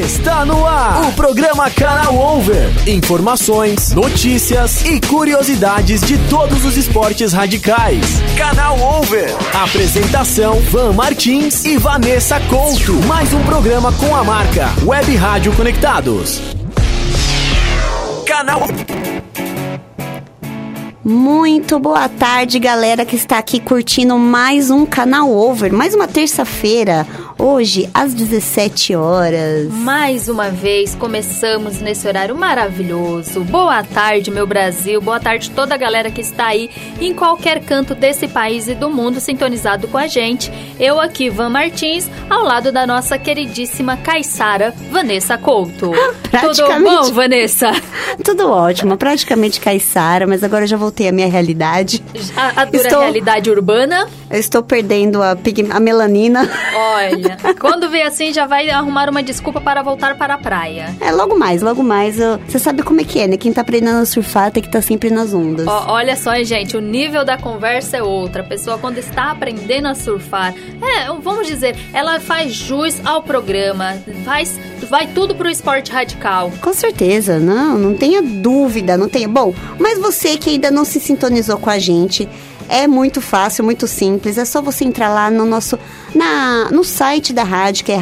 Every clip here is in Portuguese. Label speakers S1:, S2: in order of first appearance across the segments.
S1: Está no ar o programa Canal Over. Informações, notícias e curiosidades de todos os esportes radicais. Canal Over. Apresentação: Van Martins e Vanessa Couto. Mais um programa com a marca Web Rádio Conectados. Canal
S2: Muito boa tarde, galera que está aqui curtindo mais um canal Over, mais uma terça-feira, hoje às 17 horas.
S3: Mais uma vez, começamos nesse horário maravilhoso. Boa tarde, meu Brasil. Boa tarde, toda a galera que está aí em qualquer canto desse país e do mundo sintonizado com a gente. Eu aqui, Van Martins, ao lado da nossa queridíssima Caissara, Vanessa Couto. Tudo
S2: Praticamente.
S3: bom, Vanessa?
S2: Tudo ótimo, praticamente Caissara, mas agora eu já voltei à minha realidade.
S3: A, a dura
S2: Estou-
S3: realidade urbana.
S2: Eu estou perdendo a, pig... a melanina.
S3: Olha, quando vê assim, já vai arrumar uma desculpa para voltar para a praia.
S2: É, logo mais, logo mais. eu- Você sabe como é que é, né? Quem tá aprendendo a surfar tem que estar sempre nas ondas.
S3: Ó, olha só, hein, gente, o nível da conversa é outra. A pessoa, quando está aprendendo a surfar, é, vamos dizer, ela faz jus ao programa, faz, vai tudo pro esporte radical.
S2: Com certeza, não, não tenha dúvida, não tenha. Bom, mas você que ainda não se sintonizou com a gente, é muito fácil, muito simples. É só você entrar lá no nosso na no site da rádio, que é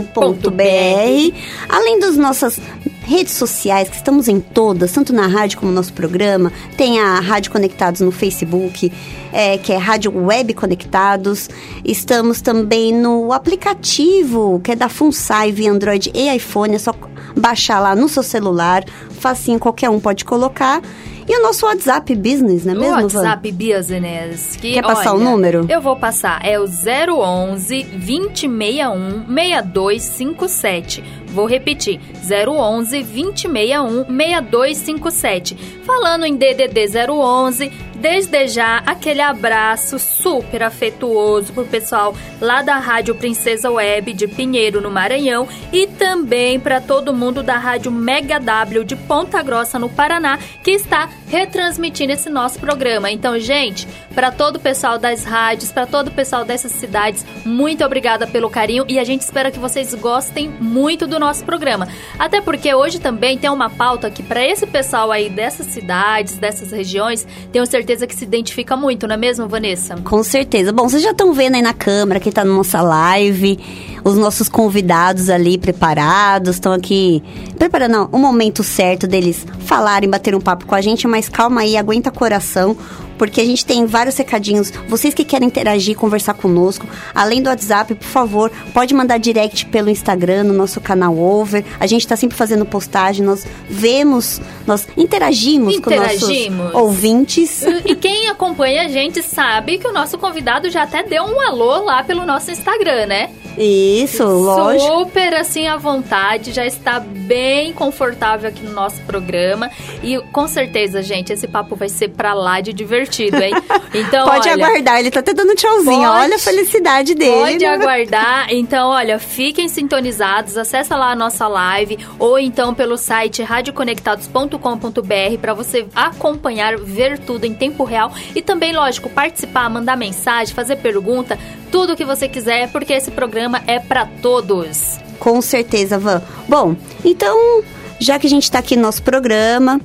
S2: radioconectados.com.br, além das nossas redes sociais, que estamos em todas, tanto na rádio como no nosso programa. Tem a Rádio Conectados no Facebook, é, que é Rádio Web Conectados. Estamos também no aplicativo, que é da FUNSAI, via Android e iPhone. É só baixar lá no seu celular. Facinho, qualquer um pode colocar. E o nosso WhatsApp Business, não é mesmo, Van?
S3: WhatsApp Business. Que,
S2: Quer passar
S3: olha,
S2: o número?
S3: Eu vou passar. É o 011 2061 6257. Vou repetir. 011 2061 6257. Falando em DDD 011, desde já aquele abraço super afetuoso pro pessoal lá da Rádio Princesa Web de Pinheiro, no Maranhão, e também para todo mundo da Rádio Mega W de Ponta Grossa, no Paraná, que está retransmitindo esse nosso programa. Então, gente, para todo o pessoal das rádios, para todo o pessoal dessas cidades, muito obrigada pelo carinho e a gente espera que vocês gostem muito do nosso programa. Até porque hoje também tem uma pauta que para esse pessoal aí dessas cidades, dessas regiões, tenho certeza que se identifica muito, não é mesmo, Vanessa?
S2: Com certeza. Bom, vocês já estão vendo aí na câmera quem tá na nossa live, os nossos convidados ali preparados, estão aqui preparando ó, o momento certo deles falarem, bater um papo com a gente, mas calma aí, aguenta coração, porque a gente tem vários recadinhos. Vocês que querem interagir, conversar conosco, além do WhatsApp, por favor, pode mandar direct pelo Instagram, no nosso canal Over. A gente tá sempre fazendo postagem, nós vemos, nós interagimos, com
S3: Interagimos.
S2: nossos ouvintes.
S3: E quem acompanha a gente sabe que o nosso convidado já até deu um alô lá pelo nosso Instagram, né?
S2: Isso, lógico.
S3: Super assim à vontade, já está bem confortável aqui no nosso programa. E com certeza, gente, esse papo vai ser pra lá de divertido, hein? Então,
S2: pode
S3: olha,
S2: aguardar, ele tá até dando tchauzinho.
S3: Pode.
S2: Olha a felicidade dele.
S3: Pode
S2: né?
S3: aguardar. Então, olha, fiquem sintonizados, acessa lá a nossa live ou então pelo site radioconectados.com.br para você acompanhar, ver tudo em tempo real e também, lógico, participar, mandar mensagem, fazer pergunta, tudo o que você quiser, porque esse programa é para todos.
S2: Com certeza, Van. Bom, então, já que a gente tá aqui no nosso programa,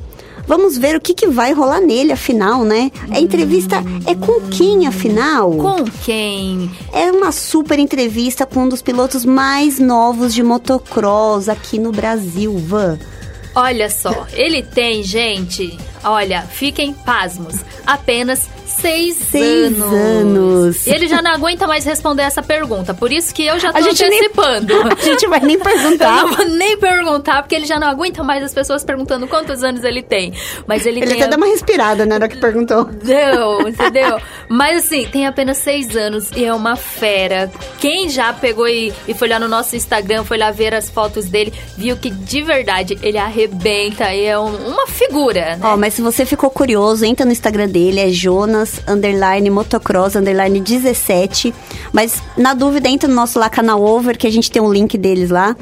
S2: vamos ver o que, que vai rolar nele, afinal, né? A entrevista é com quem, afinal?
S3: Com quem?
S2: É uma super entrevista com um dos pilotos mais novos de motocross aqui no Brasil, Van.
S3: Olha só, ele tem, gente, olha, fiquem pasmos, apenas seis,
S2: Seis
S3: anos.
S2: anos.
S3: E ele já não aguenta mais responder essa pergunta, por isso que eu já tô
S2: A gente nem- Tá.
S3: antecipando.
S2: A gente vai nem
S3: Eu
S2: perguntar.
S3: não vou nem perguntar, porque ele já não aguenta mais as pessoas perguntando quantos anos ele tem. Mas ele,
S2: Ele
S3: tem.
S2: até deu uma respirada na hora que perguntou.
S3: Deu, entendeu? Mas assim, tem apenas seis anos e é uma fera. Quem já pegou e, e foi lá no nosso Instagram, foi lá ver as fotos dele, viu que de verdade ele arrebenta e é um- uma figura, né?
S2: Ó, mas se você ficou curioso, entra no Instagram dele, é Jonas, underline, motocross, underline 17. Mas na dúvida, entra no nosso lá, canal Over, que a gente tem um link deles lá.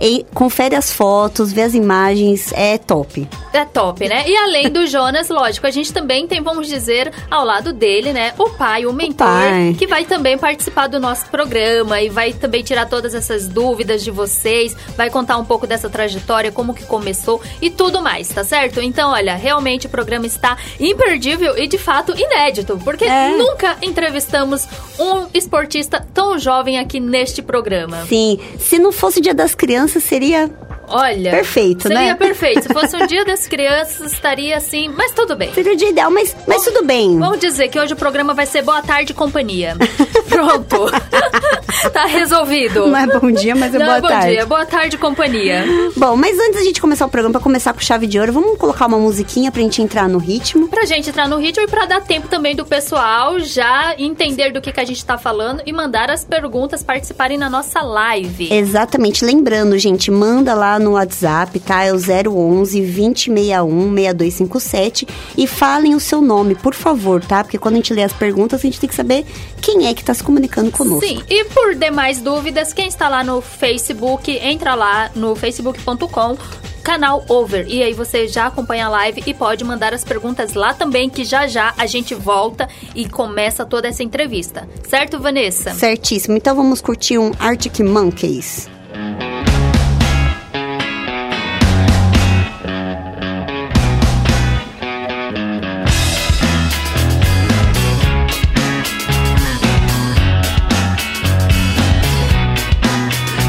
S2: E confere as fotos, vê as imagens, é top.
S3: É top, né? E além do Jonas, lógico, a gente também tem, vamos dizer, ao lado dele, né? O pai, o mentor,
S2: pai.
S3: que vai também participar do nosso programa e vai também tirar todas essas dúvidas de vocês, vai contar um pouco dessa trajetória, como que começou e tudo mais, tá certo? Então, olha, realmente o programa está imperdível e de fato inédito, porque
S2: É.
S3: nunca entrevistamos um esportista tão jovem aqui neste programa.
S2: Sim, se não fosse o Dia das Crianças, seria
S3: Olha,
S2: perfeito,
S3: seria
S2: né?
S3: perfeito. Se fosse um dia das crianças, estaria assim, mas tudo bem.
S2: Seria o dia ideal, mas, mas tudo bem.
S3: Vamos dizer que hoje o programa vai ser Boa Tarde Companhia. Pronto. tá resolvido.
S2: Não é bom dia, mas é
S3: Não,
S2: boa
S3: bom
S2: tarde.
S3: dia. Boa tarde, companhia.
S2: Bom, mas antes da gente começar o programa, pra começar com chave de ouro, vamos colocar uma musiquinha pra gente entrar no ritmo.
S3: Pra gente entrar no ritmo e pra dar tempo também do pessoal já entender do que, que a gente tá falando e mandar as perguntas, participarem na nossa live.
S2: Exatamente. Lembrando, gente, manda lá no WhatsApp, tá? É o 011 2061 6257 e falem o seu nome, por favor, tá? Porque quando a gente lê as perguntas, a gente tem que saber quem é que tá se comunicando conosco.
S3: Sim, e por demais dúvidas, quem está lá no Facebook, entra lá no facebook.com canal Over. E aí você já acompanha a live e pode mandar as perguntas lá também, que já já a gente volta e começa toda essa entrevista. Certo, Vanessa?
S2: Certíssimo. Então vamos curtir um Arctic Monkeys.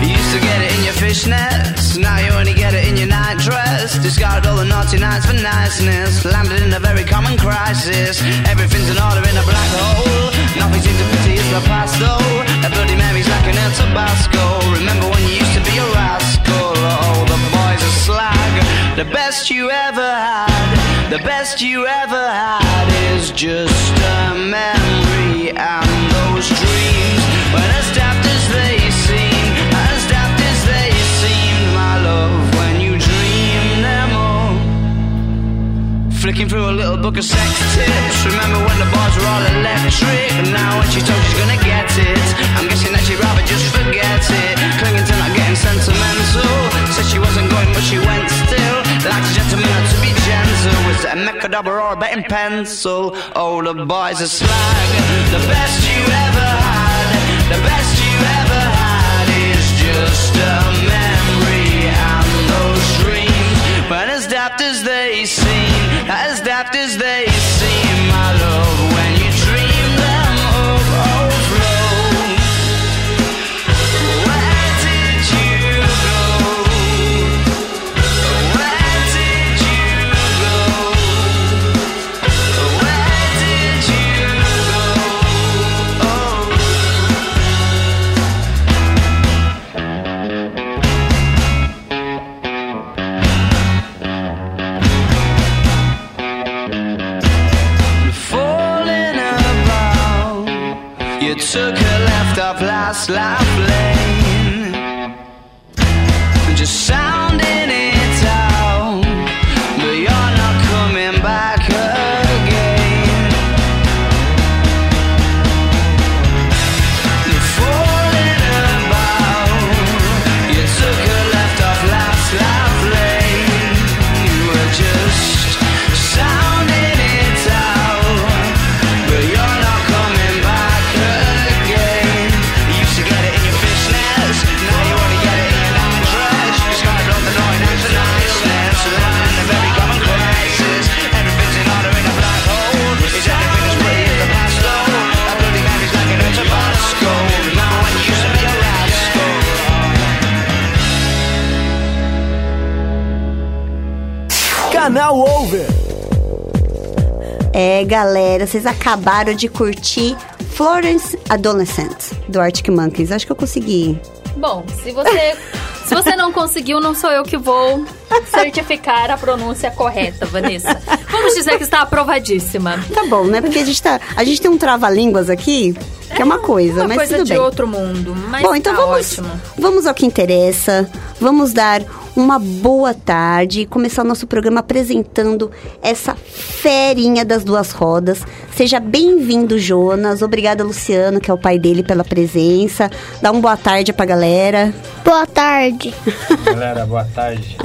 S4: You used to get it in your fishnets, now you only get it in your nightdress. Discarded all the naughty nights for niceness, landed in a very common crisis. Everything's in order in a black hole, nothing seems to fit is the past though. A bloody memory's like an El Tabasco. Remember when you used to be a rascal? Oh, the boys are slag. The best you ever had, the best you ever had is just a memory and those dreams. But as daft as they seem, as daft as they seem, my love, when you dream them all. Flicking through a little book of sex tips. Remember when the bars were all electric? Now when she told she's gonna get it, I'm guessing that she'd rather just forget it. Clinging to not getting sentimental. Said she wasn't going, but she went still. Like a gentleman had to be gentle. Was it a mechadobber or a betting pencil? Oh, the boys are slag. The best you ever had, the best you ever had is just a memory and those dreams. But as daft as they seem, as daft as they seem, my love, when you dream them of overflow, where did you go? Where did you go? Where did you go? Oh. falling about. You took a left off last life lane. Just sounding it out, but you're not coming back again. You're falling about. You took a left off last life lane. You were just sounding it out. But you're not coming back again. You used to get it in your fishnets. Now you only get it in your nightdress. You started off the night as a niceness. Lying in a very common crisis. Everything's in order in a black hole. Is everything as pretty as the past though? That bloody memory's like an El Tabasco. Remember when you used to be a rascal?
S1: Canal Over.
S2: É, galera, vocês acabaram de curtir Florence Adolescent, do Arctic Monkeys. Acho que eu consegui.
S3: Bom, se você. Se você não conseguiu, não sou eu que vou certificar a pronúncia correta, Vanessa. Vamos dizer que está aprovadíssima.
S2: Tá bom, né? Porque a gente, tá, a gente tem um trava-línguas aqui, que é uma coisa,
S3: Uma
S2: mas
S3: coisa
S2: tudo
S3: de
S2: bem.
S3: outro mundo, mas
S2: Bom, então
S3: tá
S2: vamos,
S3: ótimo.
S2: vamos ao que interessa. Vamos dar uma boa tarde e começar o nosso programa apresentando essa ferinha das duas rodas, Seja bem-vindo, Jonas. Obrigada, Luciano, que é o pai dele, pela presença. Dá um boa tarde pra galera.
S5: Boa tarde.
S6: Galera, boa tarde.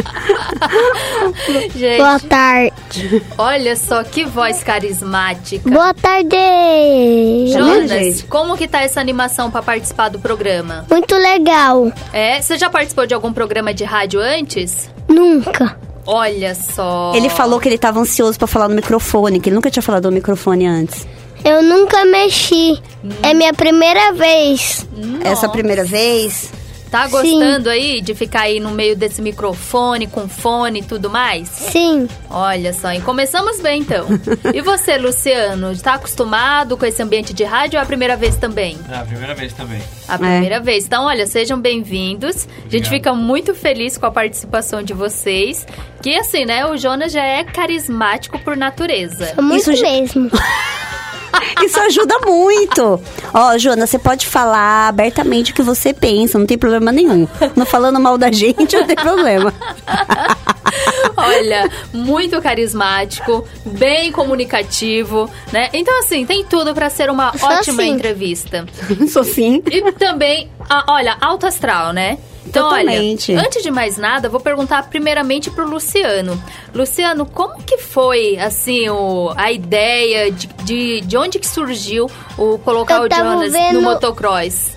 S3: Gente,
S5: Boa tarde.
S3: olha só que voz carismática.
S5: Boa tarde.
S2: Tá vendo,
S3: Jonas,
S2: gente?
S3: como que tá essa animação pra participar do programa?
S5: Muito legal.
S3: É, você já participou de algum programa de rádio antes?
S5: Nunca.
S3: Olha só.
S2: Ele falou que ele tava ansioso pra falar no microfone, que ele nunca tinha falado no microfone antes.
S5: Eu nunca mexi.
S6: Hum.
S5: É minha primeira vez.
S2: Essa é primeira vez.
S3: Tá gostando aí de ficar aí no meio desse microfone, com fone e tudo mais?
S5: Sim.
S3: Olha só, e começamos bem então. e você, Luciano, tá acostumado com esse ambiente de rádio ou é a primeira vez também?
S6: É a primeira vez também.
S3: A primeira vez. Então, olha, sejam bem-vindos. A gente
S6: Obrigado.
S3: fica muito feliz com a participação de vocês. Que assim, né? O Jonas já é carismático por natureza.
S5: é Muito
S2: Isso já-
S5: mesmo.
S2: Isso ajuda muito. Ó, Jonas, você pode falar abertamente o que você pensa, não tem problema nenhum. Não falando mal da gente, não tem problema.
S3: Olha, muito carismático, bem comunicativo, né? Então, assim, tem tudo pra ser uma
S5: Só
S3: ótima
S5: assim.
S3: entrevista.
S2: Sou sim.
S3: E também, a- olha, alto astral, né? Então,
S2: Totalmente.
S3: olha, antes de mais nada, vou perguntar primeiramente pro Luciano. Luciano, como que foi, assim, o, a ideia de, de, de onde que surgiu o colocar
S5: Eu
S3: o
S5: tava
S3: Jonas no
S5: vendo-
S3: motocross?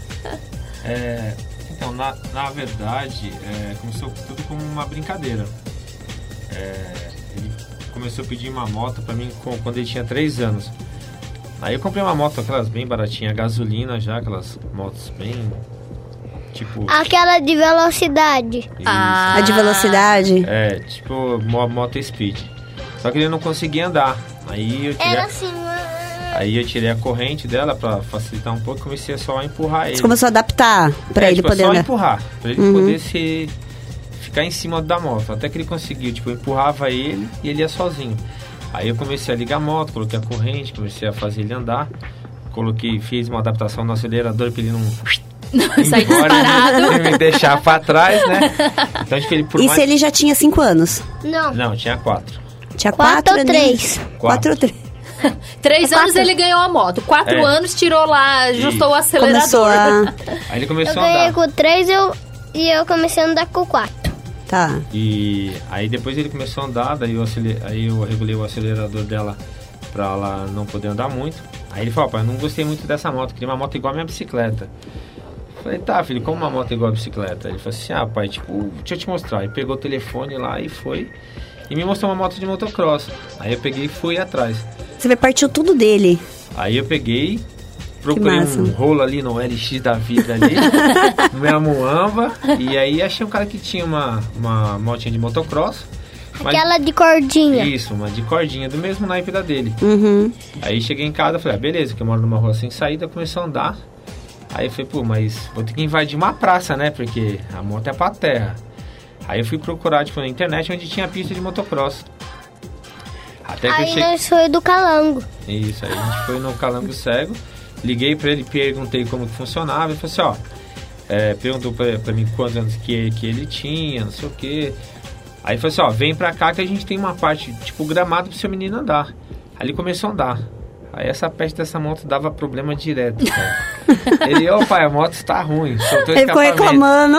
S6: É, então, na, na verdade, é, começou tudo como uma brincadeira. É, ele começou a pedir uma moto pra mim com- quando ele tinha 3 anos. Aí eu comprei uma moto, aquelas bem baratinhas, gasolina já, aquelas motos bem. Tipo.
S5: Aquela de velocidade.
S6: isso.
S3: Ah.
S2: A É de velocidade.
S6: É, tipo, mo- moto speed. Só que ele não conseguia andar. Aí eu tirei,
S5: Era
S6: a-
S5: assim.
S6: aí eu tirei a corrente dela pra facilitar um pouco e comecei só a empurrar ele.
S2: Você começou a adaptar pra
S6: É,
S2: ele
S6: tipo,
S2: poder
S6: é só
S2: andar.
S6: empurrar, pra ele
S2: Uhum.
S6: poder se ficar em cima da moto. Até que ele conseguiu, tipo, eu empurrava ele e ele ia sozinho. Aí eu comecei a ligar a moto, coloquei a corrente, comecei a fazer ele andar. Coloquei, fiz uma adaptação no acelerador pra ele não ir
S3: Sair disparado.
S6: não me deixar pra trás, né? Então, tipo, ele por
S2: Isso
S6: mais...
S2: ele já tinha 5 anos.
S5: Não.
S6: Não, tinha quatro.
S2: Tinha
S5: Quatro
S2: 4
S5: ou três?
S2: 4 ou 3.
S3: Três anos
S5: É quatro.
S3: ele ganhou a moto, quatro
S6: É.
S3: anos tirou lá, ajustou o acelerador.
S2: Começou a.
S6: Aí ele
S5: Eu
S6: começou a
S5: ganhei
S6: andar.
S5: com três eu, e eu comecei a andar com quatro.
S2: Tá.
S6: E aí depois ele começou a andar, daí eu, acele- aí eu regulei o acelerador dela pra ela não poder andar muito. Aí ele falou, pai, eu não gostei muito dessa moto, queria uma moto igual a minha bicicleta. Eu Falei, tá, filho, como uma moto igual a bicicleta? Ele falou assim, ah, pai, tipo, deixa eu te mostrar. Aí pegou o telefone lá e foi. E me mostrou uma moto de motocross. Aí eu peguei e fui atrás.
S2: Você vê, partiu tudo dele.
S6: Aí eu peguei, procurei
S2: massa.
S6: um rolo ali no LX da vida ali, no meu Amuamba, e aí achei um cara que tinha uma, uma motinha de motocross. mas- é
S5: Aquela de cordinha.
S6: Isso, uma de cordinha, do mesmo naipe da dele.
S2: Uhum.
S6: Aí cheguei em casa, falei, ah, beleza, que eu moro numa rua sem saída, começou a andar. Aí eu falei, pô, mas vou ter que invadir uma praça, né? Porque a moto é pra terra. Aí eu fui procurar, tipo, na internet onde tinha pista de motocross. Até que eu
S5: Aí
S6: cheguei.
S5: nós foi do calango.
S6: Isso, aí a gente foi no Calango Cego, liguei pra ele, perguntei como que funcionava, ele falou assim, ó, é, perguntou pra, pra mim quantos anos que, que ele tinha, não sei o quê. Aí falou assim, ó, vem pra cá que a gente tem uma parte, tipo, gramado pro seu menino andar. Aí ele começou a andar. Aí essa peste dessa moto dava problema direto, cara. Ele, ô pai, a moto está ruim, soltou
S2: Ele ficou
S6: escapamento.
S2: reclamando.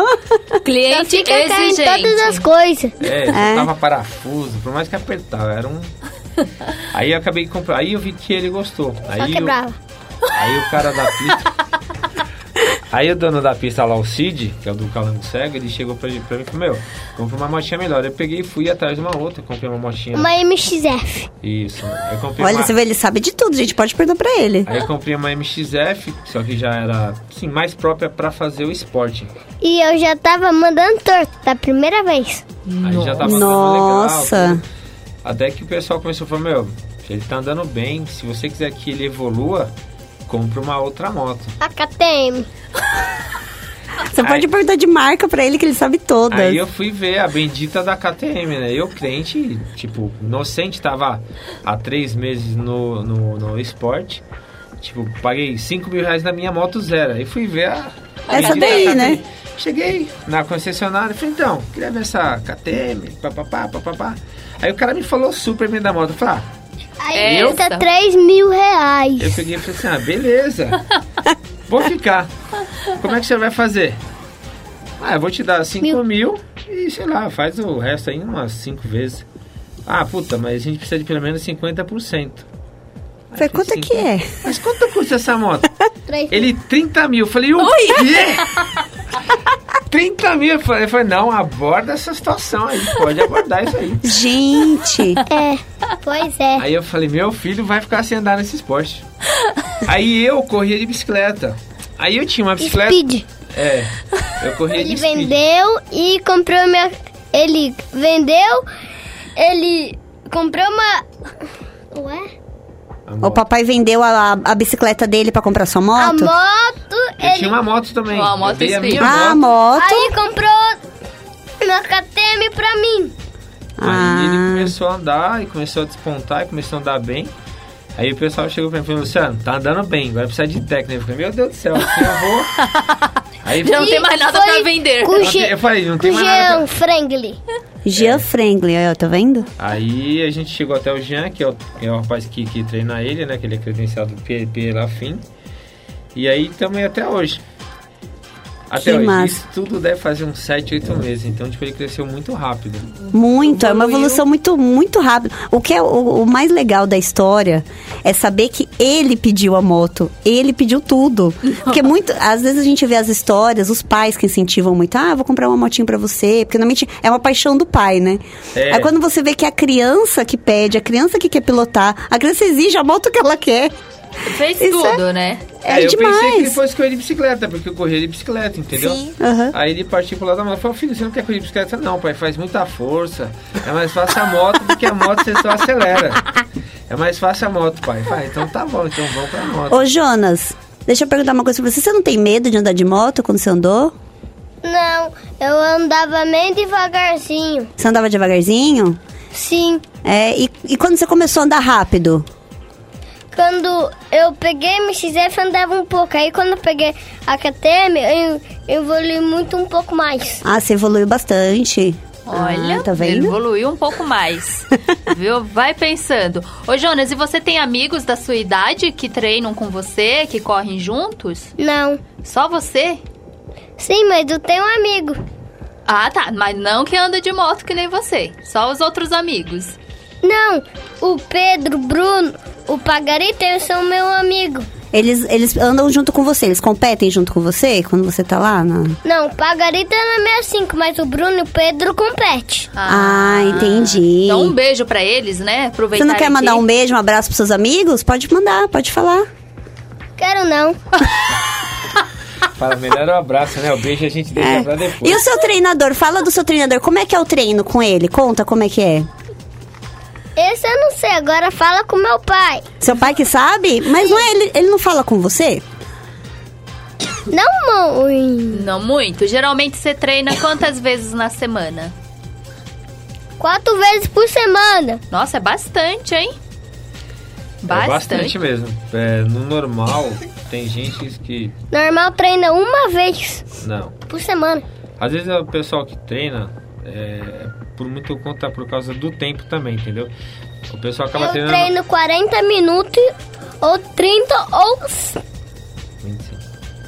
S5: Eu
S3: Cliente
S5: fiquei em todas as
S3: exigente.
S5: coisas.
S6: É,
S2: É.
S6: soltava parafuso, por mais que apertava, era um... Aí eu acabei comprando, aí eu vi que ele gostou. Aí
S5: Só
S6: eu-
S5: quebrava.
S6: Aí o cara da pista. Aí o dono da pista lá, o Cid, que é o do Calango Cego, ele chegou pra, pra mim e falou: Meu, compra uma motinha melhor. Eu peguei e fui atrás de uma outra, comprei uma motinha.
S5: Uma MXF.
S6: Isso, eu comprei
S2: Olha,
S6: uma.
S2: você vê, ele sabe de tudo, gente. Pode perguntar pra ele.
S6: Aí eu comprei uma MXF, só que já era, assim, mais própria pra fazer o esporte.
S5: E eu já tava mandando torto da primeira vez.
S6: Aí já tava andando
S2: Nossa.
S6: legal. tudo. Até que o pessoal começou a falar, meu, ele tá andando bem, se você quiser que ele evolua, compra uma outra moto.
S5: A KTM.
S2: Você pode perguntar de marca pra ele, que ele sabe todas.
S6: Aí eu fui ver a bendita da KTM, né? Eu, crente, tipo, inocente, tava há três meses no, no, no esporte. Tipo, paguei 5 mil reais na minha moto zero. Aí fui ver a. a
S2: Essa
S6: bendita
S2: daí,
S6: KTM.
S2: né?
S6: Cheguei na concessionária, falei, então, queria ver essa KTM, papapá, papapá. Aí o cara me falou super bem da moto. Eu falei, ah, gente.
S5: Aí
S3: Eu?
S5: custa 3 mil
S6: Eu
S5: reais.
S6: peguei e falei assim, ah, beleza. Vou ficar. Como é que você vai fazer? Ah, eu vou te dar 5 mil. e sei lá, faz o resto aí umas 5 vezes. Ah, puta, mas a gente precisa de pelo menos 50%. Aí
S2: Falei,
S6: eu
S2: quanto
S6: assim,
S2: que é?
S6: Mas quanto custa essa moto?
S5: Três mil.
S6: Ele, 30 mil. Eu falei, o quê? 30 mil. Eu falei, eu falei, não, aborda essa situação aí. Pode abordar isso aí.
S2: Gente,
S5: É, pois é.
S6: Aí eu falei, meu filho vai ficar sem andar nesse esporte. Aí eu corria de bicicleta. Aí eu tinha uma bicicleta.
S5: Speed.
S6: É. Eu corria
S5: Ele
S6: de speed.
S5: vendeu e comprou minha. Ele vendeu, ele comprou uma. Ué?
S6: A moto.
S2: o papai vendeu a, a bicicleta dele pra comprar sua
S5: A
S2: moto?
S5: moto,
S6: Eu
S5: ele.
S6: tinha uma moto também.
S3: Uma moto
S6: eu dei a
S3: speed.
S6: minha
S2: Ah, a
S6: moto.
S2: moto.
S5: Aí comprou uma KTM pra mim.
S6: Aí ele
S2: Ah.
S6: começou a andar e começou a despontar e começou a andar bem. Aí o pessoal chegou pra mim e falou, Luciano, tá andando bem, vai precisar de técnica. Eu falei, meu Deus do céu, assim eu vou. Aí
S3: Já não
S5: E
S3: tem mais nada
S5: foi
S3: pra vender.
S5: Com o
S6: Não tem-
S5: Ge-
S6: eu falei, não
S5: com
S6: tem
S5: o
S6: mais nada
S5: Jean Franklin.
S6: É.
S2: Jean Franklin, aí, ó, tá vendo?
S6: Aí a gente chegou até o Jean, que é o, é o rapaz que, que treina ele, né? Que ele é credenciado pe- pela FIM. E aí também até hoje. Até
S2: Que
S6: hoje.
S2: massa.
S6: Isso tudo deve fazer uns 7, 8 meses. Então, tipo, ele cresceu muito rápido.
S2: Muito, é uma
S6: Evoluiu.
S2: evolução muito, muito rápida. O que é o, o mais legal da história é saber que ele pediu a moto, ele pediu tudo. Porque muito, às vezes a gente vê as histórias, os pais que incentivam muito, ah, vou comprar uma motinha pra você, porque normalmente é uma paixão do pai, né?
S6: É.
S2: Aí quando você vê que é a criança que pede, a criança que quer pilotar, a criança exige a moto que ela quer.
S3: Fez
S2: Isso é-
S3: tudo, né?
S2: É,
S6: eu
S2: demais.
S6: pensei que ele fosse correr de bicicleta, porque eu corria de bicicleta, entendeu?
S2: Sim. Aham.
S6: Aí ele partiu pro lado da moto. Eu falei, filho, você não quer correr de bicicleta? Não, pai, faz muita força. É mais fácil a moto, porque a moto você só acelera. É mais fácil a moto, pai. Eu Falei, então tá bom, então vamos pra moto.
S2: Ô, Jonas, deixa eu perguntar uma coisa pra você. Você não tem medo de andar de moto quando você andou?
S5: Não, eu andava meio devagarzinho.
S2: Você andava devagarzinho?
S5: Sim.
S2: É, e, e quando você começou a andar rápido?
S5: Quando eu peguei MXF, eu andava um pouco. Aí quando eu peguei a KTM, eu, eu evolui muito um pouco mais.
S2: Ah, você evoluiu bastante.
S3: Olha,
S2: Ah, tá
S3: ele
S2: vendo?
S3: evoluiu um pouco mais. viu? Vai pensando. Ô, Jonas, e você tem amigos da sua idade que treinam com você, que correm juntos?
S5: Não.
S3: Só você?
S5: Sim, mas eu tenho um amigo.
S3: Ah, tá. Mas não que anda de moto que nem você. Só os outros amigos.
S5: Não, o Pedro, o Bruno, o Pagarito, eles são meu amigo.
S2: Eles, eles andam junto com você, eles competem junto com você quando você tá lá? Na...
S5: Não, o Pagarito é na 65, mas o Bruno e o Pedro compete.
S2: Ah, entendi.
S3: Então, um beijo pra eles, né? Aproveitar
S2: Você não quer
S3: aqui.
S2: mandar um beijo, um abraço pros seus amigos? Pode mandar, pode falar.
S5: Quero não.
S6: Fala, melhor o abraço, né? O beijo a gente deixa
S2: É.
S6: pra depois.
S2: E o seu treinador? Fala do seu treinador. Como é que é o treino com ele? Conta como é que é.
S5: Esse eu não sei, agora fala com meu pai.
S2: Seu pai que sabe? Mas não é ele, ele não fala com você?
S5: Não, mãe.
S3: Não muito. Geralmente você treina quantas vezes na semana?
S5: Quatro vezes por semana.
S3: Nossa, é bastante, hein?
S6: É bastante mesmo. É, no normal, tem gente que.
S5: Normal treina uma vez
S6: Não.
S5: por semana.
S6: Às vezes é o pessoal que treina, é, por muito conta por causa do tempo também, entendeu? O pessoal acaba
S5: eu
S6: treinando.
S5: treino 40 minutos, ou 30, ou, s-
S6: 25.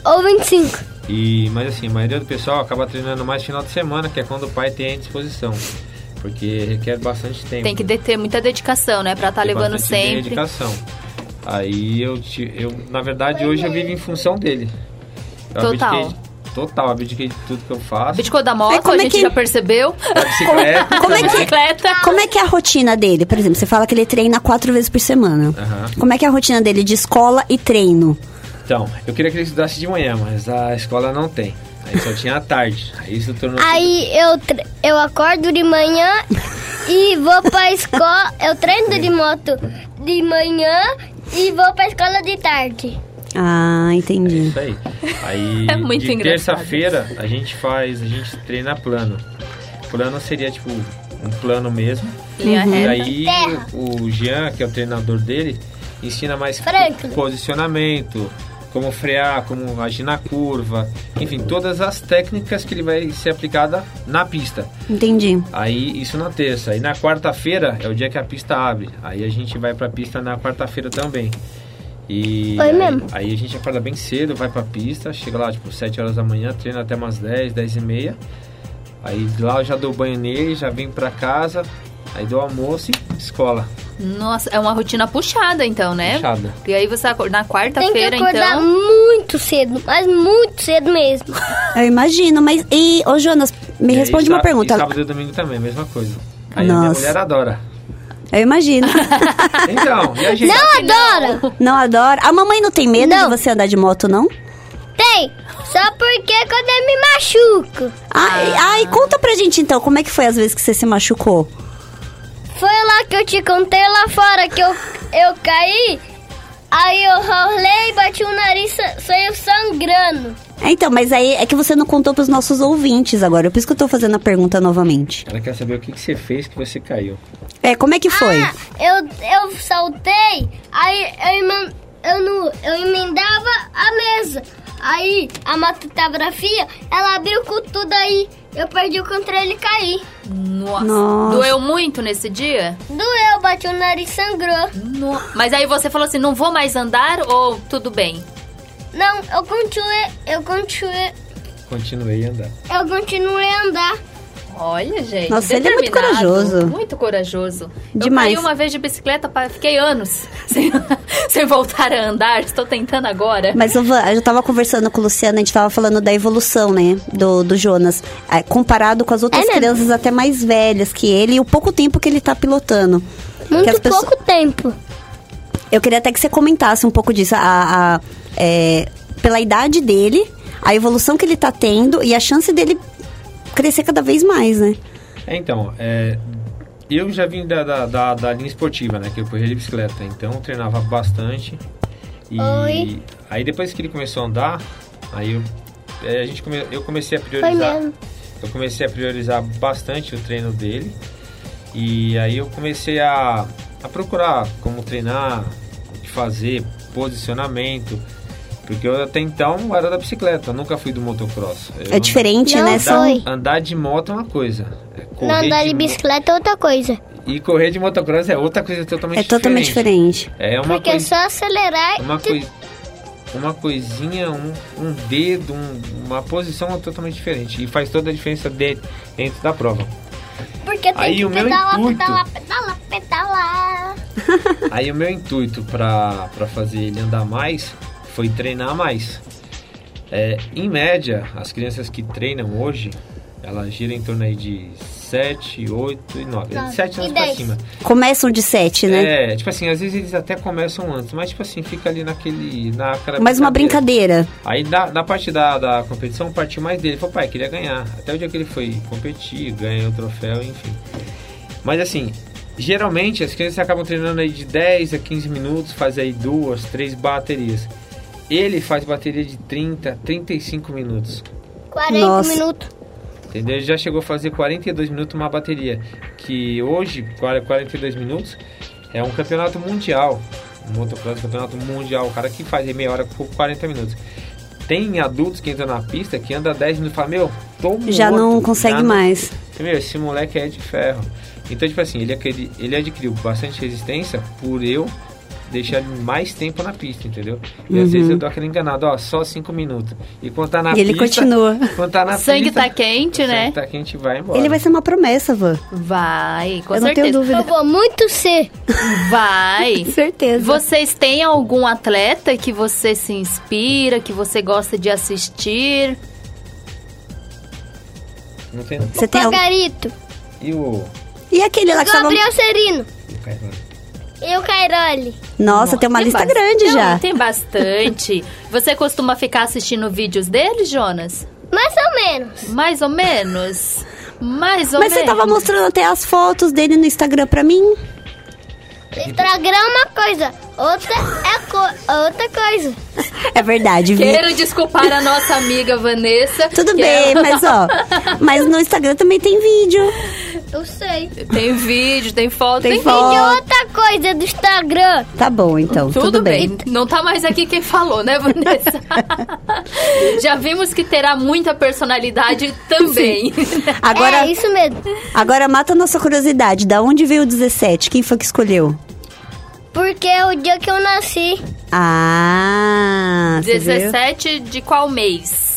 S5: ou 25.
S6: E, mas assim, a maioria do pessoal acaba treinando mais final de semana, que é quando o pai tem a disposição. Porque requer bastante tempo. né?
S3: Tem que de- ter muita dedicação, né? Pra estar
S6: Tem
S3: levando
S6: bastante
S3: sempre.
S6: Dedicação. Aí eu, te- eu, na verdade, hoje eu vivo em função dele. Eu
S3: Total.
S6: abdiquei de- total, abdiquei de tudo que eu faço.
S3: Abdicou da moto,
S2: Mas como
S3: a
S2: é
S3: gente
S2: que-
S3: já percebeu.
S6: da bicicleta.
S2: Como é que-
S6: também.
S3: Bicicleta.
S2: Como é que é a rotina dele? Por exemplo, você fala que ele treina quatro vezes por semana.
S6: Aham.
S2: Como é que é a rotina dele de escola e treino?
S6: Então, eu queria que ele estudasse de manhã, mas a escola não tem. Aí só tinha à tarde. Aí isso tornou.
S5: Aí eu, tre- eu acordo de manhã e vou pra escola. Eu treino de moto de manhã e vou pra escola de tarde.
S2: Ah, entendi.
S6: Isso aí. Aí
S3: É muito
S6: de
S3: engraçado.
S6: terça-feira a gente faz, a gente treina plano. Plano seria tipo um plano mesmo.
S2: é
S3: Linha
S6: E
S3: reta.
S6: aí
S5: Uhum. Terra.
S6: o Jean, que é o treinador dele, ensina mais
S5: Franklin.
S6: posicionamento, como frear, como agir na curva, enfim, todas as técnicas que ele vai ser aplicada na pista.
S2: Entendi.
S6: Aí isso na terça. Aí na quarta-feira é o dia que a pista abre. Aí a gente vai pra pista na quarta-feira também. E
S5: Foi
S6: aí,
S5: mesmo?
S6: aí a gente acorda bem cedo, vai pra pista, chega lá tipo 7 horas da manhã, treina até umas 10, 10 e meia. Aí de lá eu já dou banho nele, já vim pra casa, aí dou almoço e escola.
S3: Nossa, é uma rotina puxada então, né?
S6: Puxada.
S3: E aí você acorda na
S5: Tem que
S3: quarta-feira,
S5: acordar
S3: Tá então.
S5: muito cedo, mas muito cedo mesmo.
S2: Eu imagino, mas. E, ô Jonas, me
S6: E tá- aí
S2: responde
S6: sá-
S2: uma pergunta.
S6: E sábado e domingo também, mesma coisa. Aí a minha
S2: Nossa.
S6: mulher adora.
S2: Eu imagino.
S6: Então, e a gente.
S5: Não adora!
S2: não adora. A mamãe não tem medo
S5: Não.
S2: de você andar de moto, não?
S5: Tem! Só porque é quando eu me machuco.
S2: Ai,
S6: Ah.
S2: ai, conta pra gente então, como é que foi as vezes que você se machucou?
S5: Foi lá que eu te contei lá fora que eu, eu caí, aí eu rolei, bati o nariz, sa- saiu sangrando.
S2: É, Então, mas aí é que você não contou pros nossos ouvintes agora. Por isso que eu tô fazendo a pergunta novamente.
S6: Ela quer saber o que, que você fez que você caiu.
S2: É, como é que foi?
S5: Ah, eu, eu saltei, aí eu, emen- eu, não- eu emendava a mesa. Aí a matografia, ela abriu com tudo aí, eu perdi o controle e caí.
S3: Nossa.
S2: Nossa.
S3: Doeu muito nesse dia?
S5: Doeu, bati o nariz, sangrou.
S3: No- Mas aí você falou assim, não vou mais andar ou tudo bem?
S5: Não, eu continuei, eu continuei,
S6: Continuei a andar.
S5: eu continuei a andar.
S3: Olha, gente.
S2: Nossa, ele é muito
S3: determinado,
S2: corajoso.
S3: Muito corajoso.
S2: Demais.
S3: Eu caí uma vez de bicicleta, pa- fiquei anos sem, sem voltar a andar. Estou tentando agora.
S2: Mas, ô, Van, eu tava conversando com o Luciano, a gente tava falando da evolução, né? Do, do Jonas. É, comparado com as outras
S5: É mesmo?
S2: crianças até mais velhas que ele e o pouco tempo que ele tá pilotando. Que as
S5: Muito
S2: pessoas-
S5: pouco tempo.
S2: Eu queria até que você comentasse um pouco disso. A, a- é, pela idade dele, a evolução que ele tá tendo e a chance dele crescer cada vez mais, né?
S6: É, então, é, eu já vim da, da, da- da linha esportiva, né? Que eu corria de bicicleta, então eu treinava bastante. E
S5: Oi.
S6: aí depois que ele começou a andar, aí eu, é, a gente come- eu comecei a
S5: Foi
S6: priorizar.
S5: mesmo.
S6: Eu comecei a priorizar bastante o treino dele. E aí eu comecei a, a procurar como treinar, o que fazer, posicionamento. Porque eu até então era da bicicleta, eu nunca fui do motocross. Eu
S2: É diferente,
S5: Não
S2: né? São
S5: foi.
S6: Andar de moto é uma coisa. é correr
S5: Não andar de
S6: mo-
S5: bicicleta é outra coisa.
S6: E correr de motocross é outra coisa totalmente
S2: é
S6: diferente.
S2: totalmente diferente.
S6: É uma
S5: Porque é
S6: coisa.
S5: só acelerar
S6: Uma,
S5: e tu-
S6: coi- uma coisinha, um, um dedo, um- uma posição totalmente diferente. E faz toda a diferença de- dentro da prova.
S5: Porque tem
S6: Aí
S5: que
S6: o meu
S5: pedalar,
S6: intuito-
S5: pedalar, pedalar, pedalar.
S6: Aí o meu intuito pra pra fazer ele andar mais foi treinar mais. É, em média, as crianças que treinam hoje, elas giram em torno aí de 7, 8 e 9.
S5: Nove.
S6: 7
S5: E
S6: anos pra
S5: dez.
S6: cima.
S2: Começam de sete, né?
S6: É, tipo assim, às vezes eles até começam antes, mas tipo assim, fica ali naquele. Na cara
S2: Mais uma brincadeira.
S6: Aí da, da parte da, da competição partiu mais dele. Falou, pai, queria ganhar. Até o dia que ele foi competir, ganhou o troféu, enfim. Mas assim, geralmente as crianças acabam treinando aí de 10 a 15 minutos, faz aí duas, três baterias. Ele faz bateria de 30, 35 minutos.
S5: 40
S2: Nossa.
S5: minutos.
S6: Entendeu? Ele já chegou a fazer 42 minutos uma bateria. Que hoje, 42 minutos, é um campeonato mundial. Um motocross é um campeonato mundial. O cara que faz em meia hora por 40 minutos. Tem adultos que entram na pista que anda 10 minutos e fala, meu, tô
S2: Já
S6: morto,
S2: não
S6: Um já
S2: consegue
S6: não-
S2: mais.
S6: Meu, esse moleque é de ferro. Então, tipo assim, ele, aquele, ele adquiriu bastante resistência por eu deixar ele mais tempo na pista, entendeu? E às vezes eu dou aquele enganado, ó, só 5 minutos. E quando tá na
S2: Uhum. E ele
S6: pista...
S2: continua.
S6: Quando tá na
S3: Sangue
S6: pista,
S3: tá quente, né?
S6: Sangue tá quente, vai embora.
S2: Ele vai ser uma promessa, Van.
S3: Vai, com
S2: Eu não tenho
S3: certeza.
S2: dúvida.
S5: Eu vou muito ser.
S3: Vai.
S2: Certeza.
S3: Vocês têm algum atleta que você se inspira, que você gosta de assistir?
S6: Não tem...
S2: Você tem algum...
S5: Pagarito.
S6: E o...
S2: E aquele lá que tava...
S5: Gabriel Serino.
S6: o Caetano?
S5: E o Cairoli.
S2: Nossa, tem uma lista
S3: bas-
S2: grande
S3: Não,
S2: já.
S3: Tem bastante. Você costuma ficar assistindo vídeos dele, Jonas?
S5: Mais ou menos.
S3: Mais ou menos. Mais ou
S2: Mas você
S3: menos.
S2: tava mostrando até as fotos dele no Instagram pra mim.
S5: Instagram é uma coisa. Outra é co- outra coisa.
S2: É verdade, viu?
S3: Quero desculpar a nossa amiga Vanessa.
S2: Tudo
S3: que
S2: bem,
S3: ela-
S2: mas ó. Mas no Instagram também tem vídeo.
S5: Eu sei.
S3: Tem vídeo, tem foto,
S2: Tem
S3: tem,
S2: foto.
S3: vídeo.
S5: E outra coisa do Instagram.
S2: Tá bom, então. Tudo, bem.
S3: Não tá mais aqui quem falou, né, Vanessa? Já vimos que terá muita personalidade também.
S2: Agora,
S5: É, isso mesmo.
S2: agora mata a nossa curiosidade. Da onde veio o 17? Quem foi que escolheu?
S5: Porque é o dia que eu nasci.
S2: Ah, você viu?
S3: 17 de qual mês?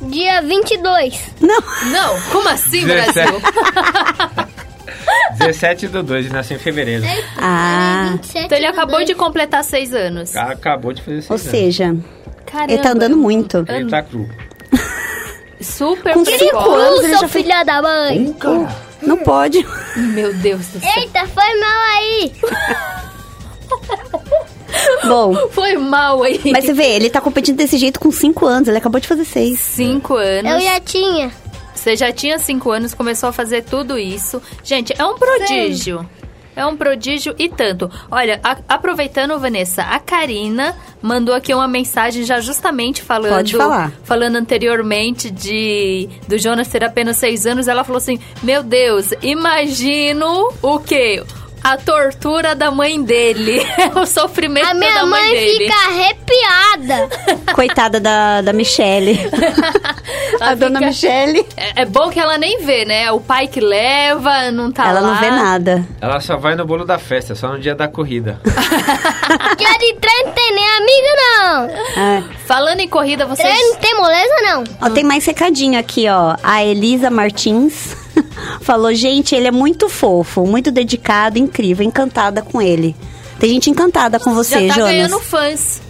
S5: Dia 22.
S2: Não,
S3: Não, como assim, Brasil?
S6: 17 do 2, ele nasceu em fevereiro.
S2: Ah.
S5: 27
S3: Então ele
S5: do
S3: acabou
S5: dois.
S3: de completar seis anos.
S6: Ca- Acabou de fazer
S2: ou
S6: seis anos.
S2: seja,
S3: Caramba.
S2: ele tá andando muito.
S6: Ele tá cru.
S3: Super
S2: Com cinco
S3: precoce.
S2: anos,
S5: Ô,
S2: ele
S5: seu
S2: já foi...
S5: filho da mãe.
S2: Não pode.
S3: Meu Deus do céu.
S5: Eita, foi mal aí.
S2: Bom,
S3: Foi mal aí.
S2: mas você vê, ele tá competindo desse jeito com 5 anos. Ele acabou de fazer 6.
S3: Cinco anos.
S5: Eu já tinha.
S3: Você já tinha cinco anos, começou a fazer tudo isso. Gente, é um prodígio. É um prodígio e tanto. Olha, a- aproveitando, Vanessa, a Karina mandou aqui uma mensagem já justamente falando.
S2: Pode falar.
S3: Falando anteriormente de do Jonas ter apenas seis anos. Ela falou assim: Meu Deus, imagino o quê? A tortura da mãe dele. o sofrimento
S5: A minha
S3: da mãe,
S5: mãe
S3: dele.
S5: fica arrepiada.
S2: Coitada da, da Michelle. a
S3: Ela
S2: dona
S3: fica-
S2: Michelle.
S3: É, é bom que ela nem vê, né? O pai que leva, não tá
S2: Ela
S3: lá.
S2: não vê nada.
S6: Ela só vai no bolo da festa, só no dia da corrida.
S5: Dia de trem não tem nem amigo, não.
S2: Ah,
S3: Falando em corrida, vocês.
S5: Trem não tem moleza, não.
S2: Ó, tem mais recadinho aqui, ó. A Elisa Martins falou: gente, ele é muito fofo, muito dedicado, incrível, encantada com ele. Tem gente encantada com
S3: Já
S2: você,
S3: tá
S2: Jonas.
S3: ganhando fãs.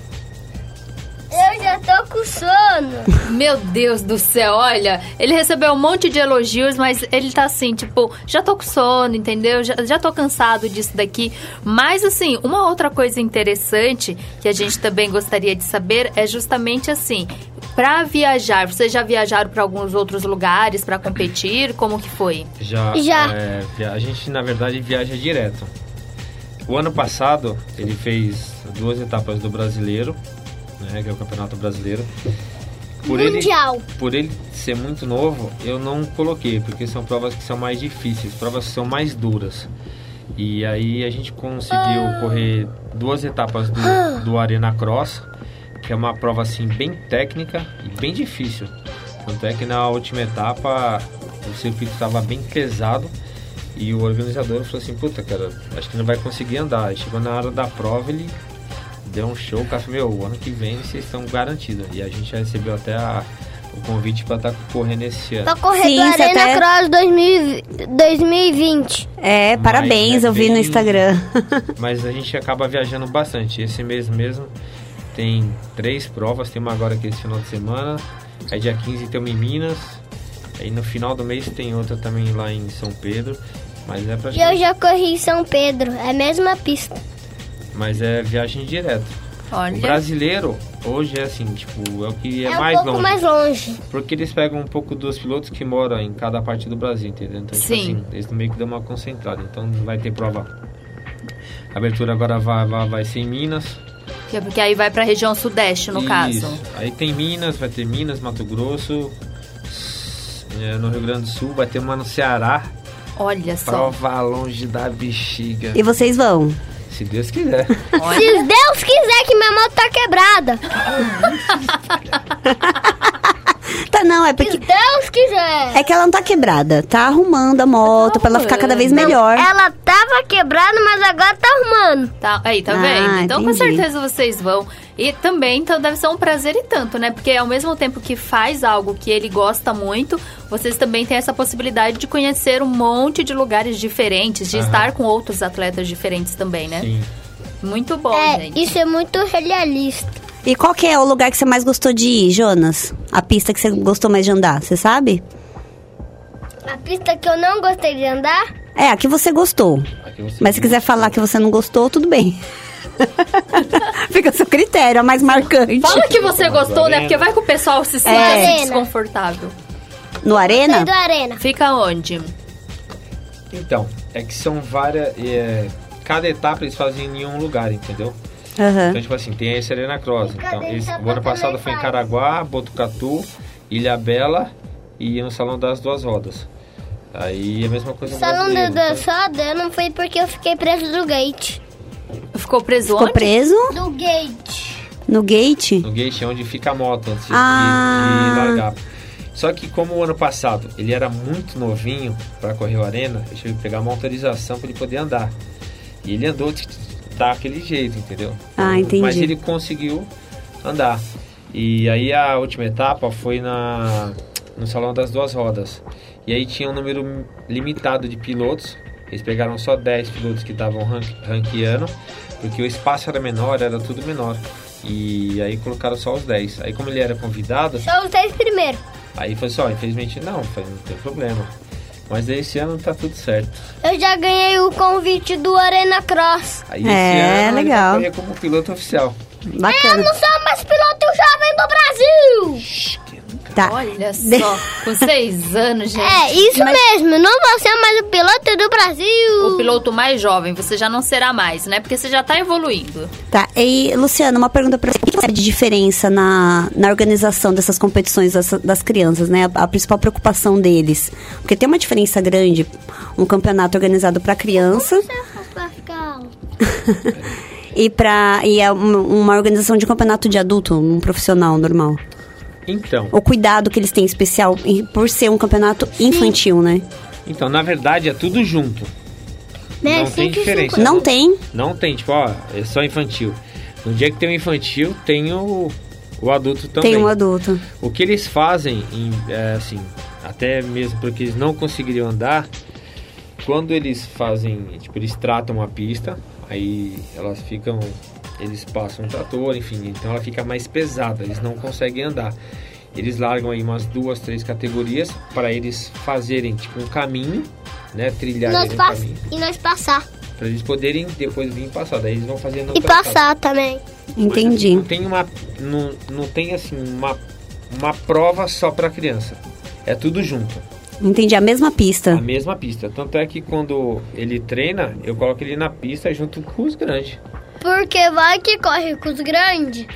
S5: Eu já tô com sono.
S3: Meu Deus do céu, olha. Ele recebeu um monte de elogios, mas ele tá assim, tipo, já tô com sono, entendeu? Já, já tô cansado disso daqui. Mas, assim, uma outra coisa interessante que a gente também gostaria de saber é justamente assim. Pra viajar, vocês já viajaram pra alguns outros lugares pra competir? Como que foi?
S6: Já.
S5: Já.
S6: é, via- a gente, na verdade, viaja direto. O ano passado, ele fez duas etapas do Brasileiro, né, que é o Campeonato Brasileiro. Por ele,
S5: Mundial.
S6: por ele ser muito novo, eu não coloquei, porque são provas que são mais difíceis, provas que são mais duras. E aí a gente conseguiu correr duas etapas do, do Arena Cross, que é uma prova assim bem técnica e bem difícil. Tanto é que na última etapa o circuito estava bem pesado e o organizador falou assim, puta cara, acho que não vai conseguir andar. Aí Chegou na hora da prova, ele deu um show, o cara falou, meu, o ano que vem vocês estão garantidos. E a gente já recebeu até a- o convite para estar correndo esse ano.
S5: Pra correr
S2: Sim,
S5: do
S2: você
S5: Arena
S2: até-
S5: Cross 2000 2020.
S2: É,
S6: Mas
S2: parabéns,
S6: é
S2: eu vi no
S6: bem-
S2: Instagram.
S6: Mas a gente acaba viajando bastante. Esse mês mesmo tem três provas, tem uma agora aqui esse final de semana. Aí dia 15 tem uma em Minas. Aí no final do mês tem outra também lá em São Pedro. Mas é pra
S5: E eu já corri em São Pedro. É a mesma pista.
S6: Mas é viagem direta. O
S3: Olha.
S6: brasileiro hoje é assim, tipo, é o que é,
S5: um
S6: mais
S5: pouco
S6: longe.
S5: mais longe.
S6: Porque eles pegam um pouco dos pilotos que moram em cada parte do Brasil, entendeu? Então, tipo
S3: Sim.
S6: assim, eles meio que dão uma concentrada. Então vai ter prova. A abertura agora vai, vai, vai ser em Minas.
S3: Que- é Porque aí vai pra região sudeste, no
S6: Isso.
S3: caso.
S6: Aí tem Minas, vai ter Minas, Mato Grosso, s- é, no Rio Grande do Sul, vai ter uma no Ceará.
S3: Olha só.
S6: Prova longe da bexiga.
S2: E vocês vão?
S6: Se Deus quiser.
S3: Olha.
S5: Se Deus quiser que minha moto tá quebrada.
S2: Tá, não, é
S5: Se
S2: porque.
S5: Deus quiser.
S2: É que ela não tá quebrada, tá arrumando a moto pra ela ficar cada vez É melhor.
S3: é
S5: Ela tava quebrada, mas agora tá arrumando.
S3: Tá, aí, tá
S2: Ah,
S3: vendo? Então, com
S2: entendi.
S3: certeza vocês vão. E também, então, deve ser um prazer e tanto, né? Porque ao mesmo tempo que faz algo que ele gosta muito, vocês também têm essa possibilidade de conhecer um monte de lugares diferentes, de
S6: Aham.
S3: estar com outros atletas diferentes também, né?
S6: Sim.
S3: Muito bom,
S5: é,
S3: gente.
S5: isso é muito realista.
S2: E qual que é o lugar que você mais gostou de ir, Jonas? A pista que você gostou mais de andar, você sabe?
S5: A pista que eu não gostei de andar
S2: É, a que você gostou.
S6: Aqui você
S2: Mas se quiser falar que você não gostou, tudo bem. Fica a seu critério, a mais marcante.
S3: Fala que você gostou, né? Porque vai que o pessoal se sinta assim,
S5: Arena.
S3: desconfortável.
S2: No
S5: foi
S2: Arena?
S5: do Arena.
S3: Fica onde?
S6: Então, é que são várias. é, cada etapa eles fazem em um lugar, entendeu?
S2: Aham.
S6: Então, tipo assim, tem a Serena Cross. Então,
S5: Cadê
S6: esse-
S5: essa
S6: o ano
S5: foto
S6: passado
S5: também
S6: foi em
S5: faz?
S6: Caraguá, Botucatu, Ilha Bela e no Salão das Duas Rodas. Aí é a mesma coisa no
S5: Só não deu
S6: brasileiro,
S5: deu-
S6: então-
S5: só deu, não foi porque eu fiquei preso do gate.
S3: Ficou preso
S2: Ficou
S3: onde?
S2: preso
S5: Do gate.
S2: no gate?
S6: No gate é onde fica a moto antes de-
S2: Ah.
S6: de, largar. Só que como o ano passado ele era muito novinho para correr o arena, eu tive que pegar uma autorização para ele poder andar. E ele andou tch, tch, daquele jeito, entendeu?
S2: Ah, entendi.
S6: Mas ele conseguiu andar. E aí a última etapa foi na no salão das duas rodas. E aí tinha um número limitado de pilotos. Eles pegaram só 10 pilotos que estavam rank, ranqueando, porque o espaço era menor, era tudo menor. E aí colocaram só os 10. Aí como ele era convidado,
S5: Só os três primeiros.
S6: aí foi só, infelizmente não, falei, não tem problema. Mas aí esse ano tá tudo certo.
S5: Eu já ganhei o convite do Arena Cross.
S6: Aí
S2: É,
S6: esse ano
S2: legal.
S6: ele corria como piloto oficial.
S2: Bacana.
S3: É,
S5: Não sou mais piloto jovem do Brasil!
S2: Tá.
S3: Olha só, com seis anos, gente.
S5: É, isso mesmo, não vou ser mais o piloto do Brasil!
S3: O piloto mais jovem, você já não será mais, né? Porque você já tá evoluindo.
S2: Tá, e Luciana, uma pergunta pra você. O que você vê de diferença na, na organização dessas competições das, das crianças, né? A, a principal preocupação deles. Porque tem uma diferença grande, um campeonato organizado pra criança
S5: é
S2: e pra e é uma, uma organização de campeonato de adulto, um profissional normal.
S6: Então,
S2: O cuidado que eles têm especial em- por ser um campeonato infantil, né?
S6: então na verdade é tudo junto.
S5: Né,
S6: Não tem
S5: cinco e
S3: é.
S6: diferença.
S2: Não tem.
S6: Não tem, tipo, ó, é só infantil. No dia que tem o infantil, tem o, o adulto também.
S2: Tem um adulto.
S6: O que eles fazem, em, é, assim, até mesmo porque eles não conseguiriam andar, quando eles fazem, tipo, eles tratam a pista, aí elas ficam, eles passam um trator, enfim, então ela fica mais pesada, eles não conseguem andar. Eles largam aí umas duas, três categorias para eles fazerem, tipo, um caminho, né,
S5: E
S6: trilhar um
S5: nós, pass...
S6: caminho,
S5: e nós passar.
S6: para eles poderem depois vir passar, daí eles vão fazendo
S5: E passar também.
S2: Entendi.
S6: não tem uma não, não tem assim uma uma prova só para criança. É tudo junto,
S2: Entendi. A mesma
S6: a
S5: Ah.
S2: pista.
S6: mesma pista. Tanto é que quando ele treina, eu coloco ele na pista junto com os grandes.
S5: Porque vai que corre com os grandes.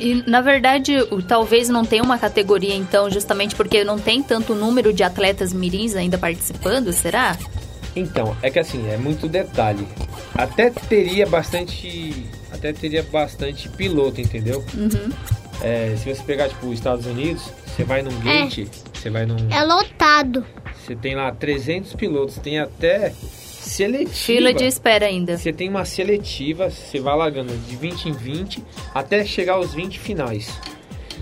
S3: E, na verdade, o- talvez não tenha uma categoria, então, justamente porque não tem tanto número de atletas mirins ainda participando, será?
S6: Então, é que assim, é muito detalhe. Até teria bastante até teria bastante piloto, entendeu?
S5: Uhum.
S6: É, se você pegar tipo os Estados Unidos, você vai num gate, você vai num
S5: É lotado.
S6: você tem lá 300 pilotos, tem até seletiva.
S3: Fila de espera ainda.
S6: Você tem uma seletiva, você vai largando de 20 em 20 até chegar aos 20 finais.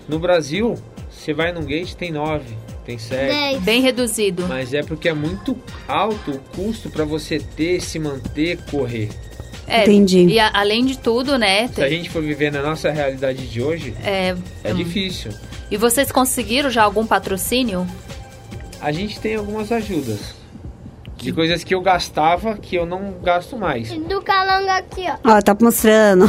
S6: No Brasil, você vai num gate, tem 9, tem
S3: É.
S6: 7.
S5: Dez.
S3: Bem reduzido.
S6: Mas é porque é muito alto o custo para você ter, se manter, correr.
S3: É,
S2: Entendi.
S3: E a- além de tudo, né?
S6: Se a gente for viver na nossa realidade de hoje,
S3: é,
S6: é difícil.
S3: e vocês conseguiram já algum patrocínio?
S6: A gente tem algumas ajudas. De coisas que eu gastava que eu não gasto mais.
S5: Do calanga aqui, ó.
S2: Ó, tá mostrando.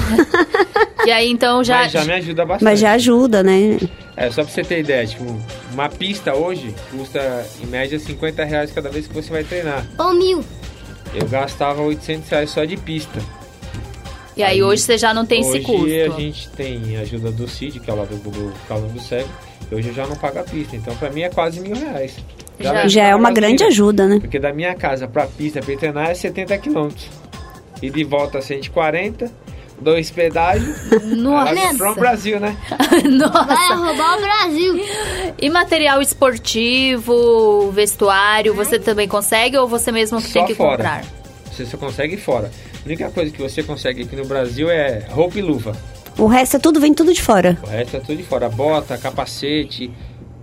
S3: E aí, então, já...
S6: Mas já me ajuda bastante.
S2: Mas já ajuda, né?
S6: É, só pra você ter ideia, tipo, uma pista hoje custa em média 50 reais cada vez que você vai treinar.
S5: Ou mil.
S6: Eu gastava 800 reais só de pista.
S3: E aí, hoje você já não tem
S6: hoje
S3: esse custo.
S6: a gente tem ajuda do CID, que é lá do, do Calango Cego. e Hoje eu já não pago a pista, então pra mim é quase mil reais.
S3: Já.
S6: vai
S2: Já é
S6: pagar
S2: uma
S6: gasolina.
S2: grande ajuda, né?
S6: Porque da minha casa pra pista pra eu treinar é 70 quilômetros. E de volta 140, dois pedágios. Ela pro
S3: Nossa!
S6: Brasil, né?
S5: Vai
S3: Nossa!
S5: roubar o Brasil.
S3: E material esportivo, vestuário, você também consegue ou você mesmo que
S6: Hum? Só
S3: tem que
S6: fora.
S3: comprar?
S6: Você só consegue fora. A única coisa que você consegue aqui no Brasil é roupa e luva.
S2: O resto é tudo, vem tudo de fora.
S6: O resto é tudo de fora. Bota, capacete,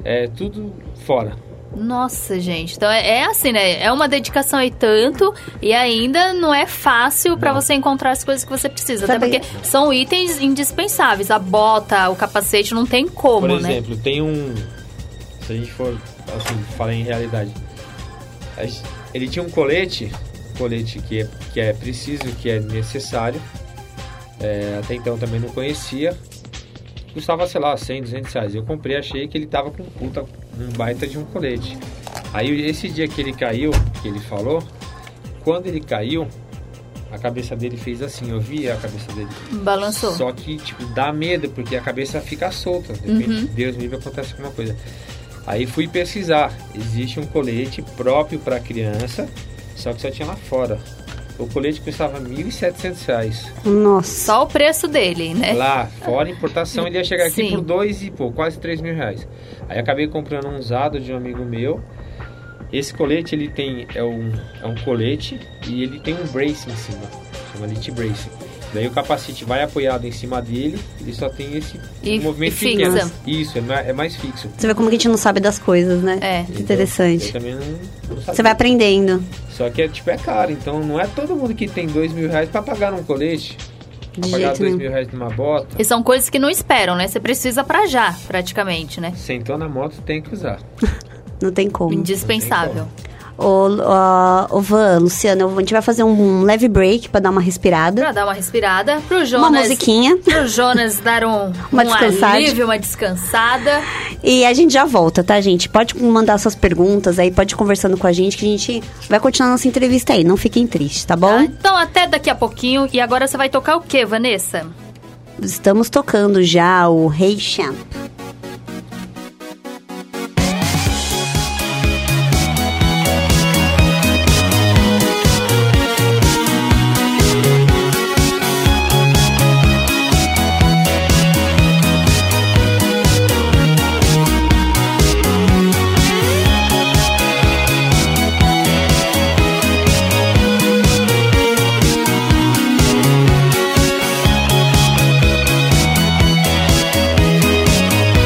S6: é tudo fora.
S3: Nossa, gente. Então é, é assim, né? É uma dedicação e tanto, e ainda não é fácil pra
S6: Não.
S3: você encontrar as coisas que você precisa.
S2: Sabe-
S3: Até porque são itens indispensáveis. A bota, o capacete, não tem como,
S6: Por
S3: né?
S6: exemplo, tem um. Se a gente for assim, falar em realidade. a gente- Ele tinha um colete, um colete que é, que é preciso, que é necessário. É, até então também não conhecia. Custava, sei lá, 100, 200 reais. Eu comprei, achei que ele tava com um puta, um baita de um colete. Aí esse dia que ele caiu, que ele falou, quando ele caiu, a cabeça dele fez assim, eu vi a cabeça dele
S3: Balançou.
S6: só que, tipo, dá medo, porque a cabeça fica solta. De repente, Deus me livre, acontece alguma coisa. Aí fui pesquisar. Existe um colete próprio para criança, só que só tinha lá fora. O colete custava R$ 1.700. reais.
S2: Nossa.
S3: Só o preço dele,
S2: É.
S3: né?
S6: Lá fora, importação, ele ia chegar aqui
S3: Sim.
S6: por dois e pô, quase três mil reais. Aí acabei comprando um usado de um amigo meu. Esse colete ele tem é um, é um colete e ele tem um brace em cima, chama elite brace. Daí o capacete vai apoiado em cima dele, ele só tem esse
S3: E-
S6: movimento
S3: e fixa.
S6: pequeno. Isso, é mais, é mais fixo.
S2: Você vê como que a gente não sabe das coisas, né?
S3: É.
S2: Que interessante.
S6: Eu também não, não sabia.
S2: Você vai aprendendo.
S6: Só que é, tipo, é caro, então não é todo mundo que tem dois mil reais pra pagar num colete. Pra
S2: De
S6: pagar
S2: jeito
S6: dois
S2: nenhum.
S6: mil reais numa bota.
S3: E são coisas que não esperam, né? Você precisa pra já, praticamente, né?
S6: Sentou na moto, tem que usar.
S2: Não tem como.
S3: Indispensável.
S2: Ô, ó, ô, Van, Luciana, a gente vai fazer um leve break pra dar uma respirada.
S3: Pra dar uma respirada, pro Jonas...
S2: Uma musiquinha.
S3: Pro Jonas dar um,
S2: Uma
S3: um
S2: descansada.
S3: alívio, uma descansada.
S2: E a gente já volta, tá, gente? Pode mandar suas perguntas aí, pode ir conversando com a gente, que a gente vai continuar nossa entrevista aí. Não fiquem tristes, tá
S3: tá?
S2: bom?
S3: Então até daqui a pouquinho. E agora você vai tocar o quê, Vanessa?
S2: Estamos tocando já o Rei Chan.
S7: Thank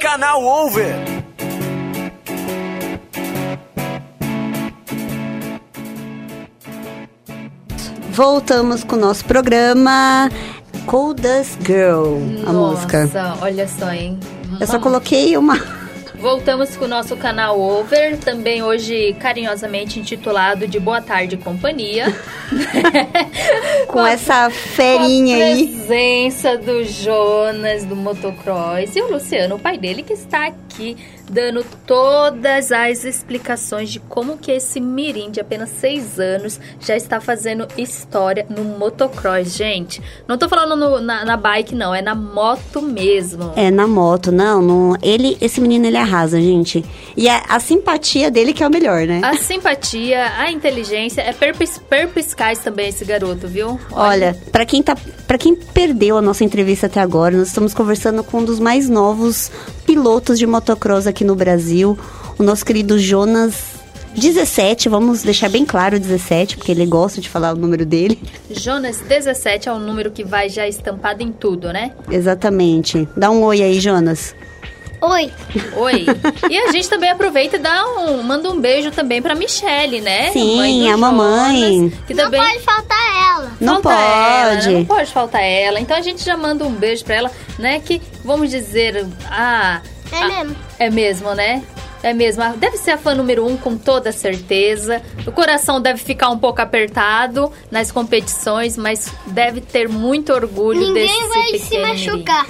S1: Canal Over.
S2: Voltamos com o nosso programa Coldest Girl, a música.
S3: Nossa, olha só, hein?
S2: Eu só
S3: Uma-
S2: coloquei uma.
S3: Voltamos com o nosso canal Over, também hoje carinhosamente intitulado de Boa Tarde Companhia.
S2: com essa ferinha
S3: Com a
S2: aí.
S3: presença do Jonas do motocross e o Luciano, o pai dele, que está aqui dando todas as explicações de como que esse mirim de apenas seis anos já está fazendo história no motocross, gente. Não tô falando no- na, na bike, não, é na moto mesmo.
S2: É, na moto, não, não. Ele, esse menino, ele arrasa, gente. E a, a simpatia dele que é o melhor, né?
S3: A simpatia, a inteligência, é perpis- perpiscaz também esse garoto, viu?
S2: Olha, pra quem tá, para quem perdeu a nossa entrevista até agora, nós estamos conversando com um dos mais novos pilotos de motocross aqui no Brasil, o nosso querido Jonas 17, vamos deixar bem claro 17, porque ele gosta de falar o número dele.
S3: Jonas 17 é um número que vai já estampado em tudo, né?
S2: Exatamente. Dá um oi aí, Jonas.
S5: Oi,
S3: Oi. E a gente também aproveita e dá um, manda um beijo também pra Michelle, né?
S2: Sim,
S3: Mãe do
S2: a mamãe.
S3: Jonas, que
S5: não
S3: também
S5: pode faltar ela.
S2: Não
S3: falta ela, né?
S2: pode.
S3: não pode faltar ela. Então a gente já manda um beijo pra ela, né? Que vamos dizer, ah,
S5: É
S3: Ah.
S5: mesmo?
S3: é mesmo, né? É mesmo, ah, deve ser a fã número um com toda certeza. O coração deve ficar um pouco apertado nas competições, mas deve ter muito orgulho desse
S5: Ninguém vai se
S3: pequeno menino.
S5: machucar.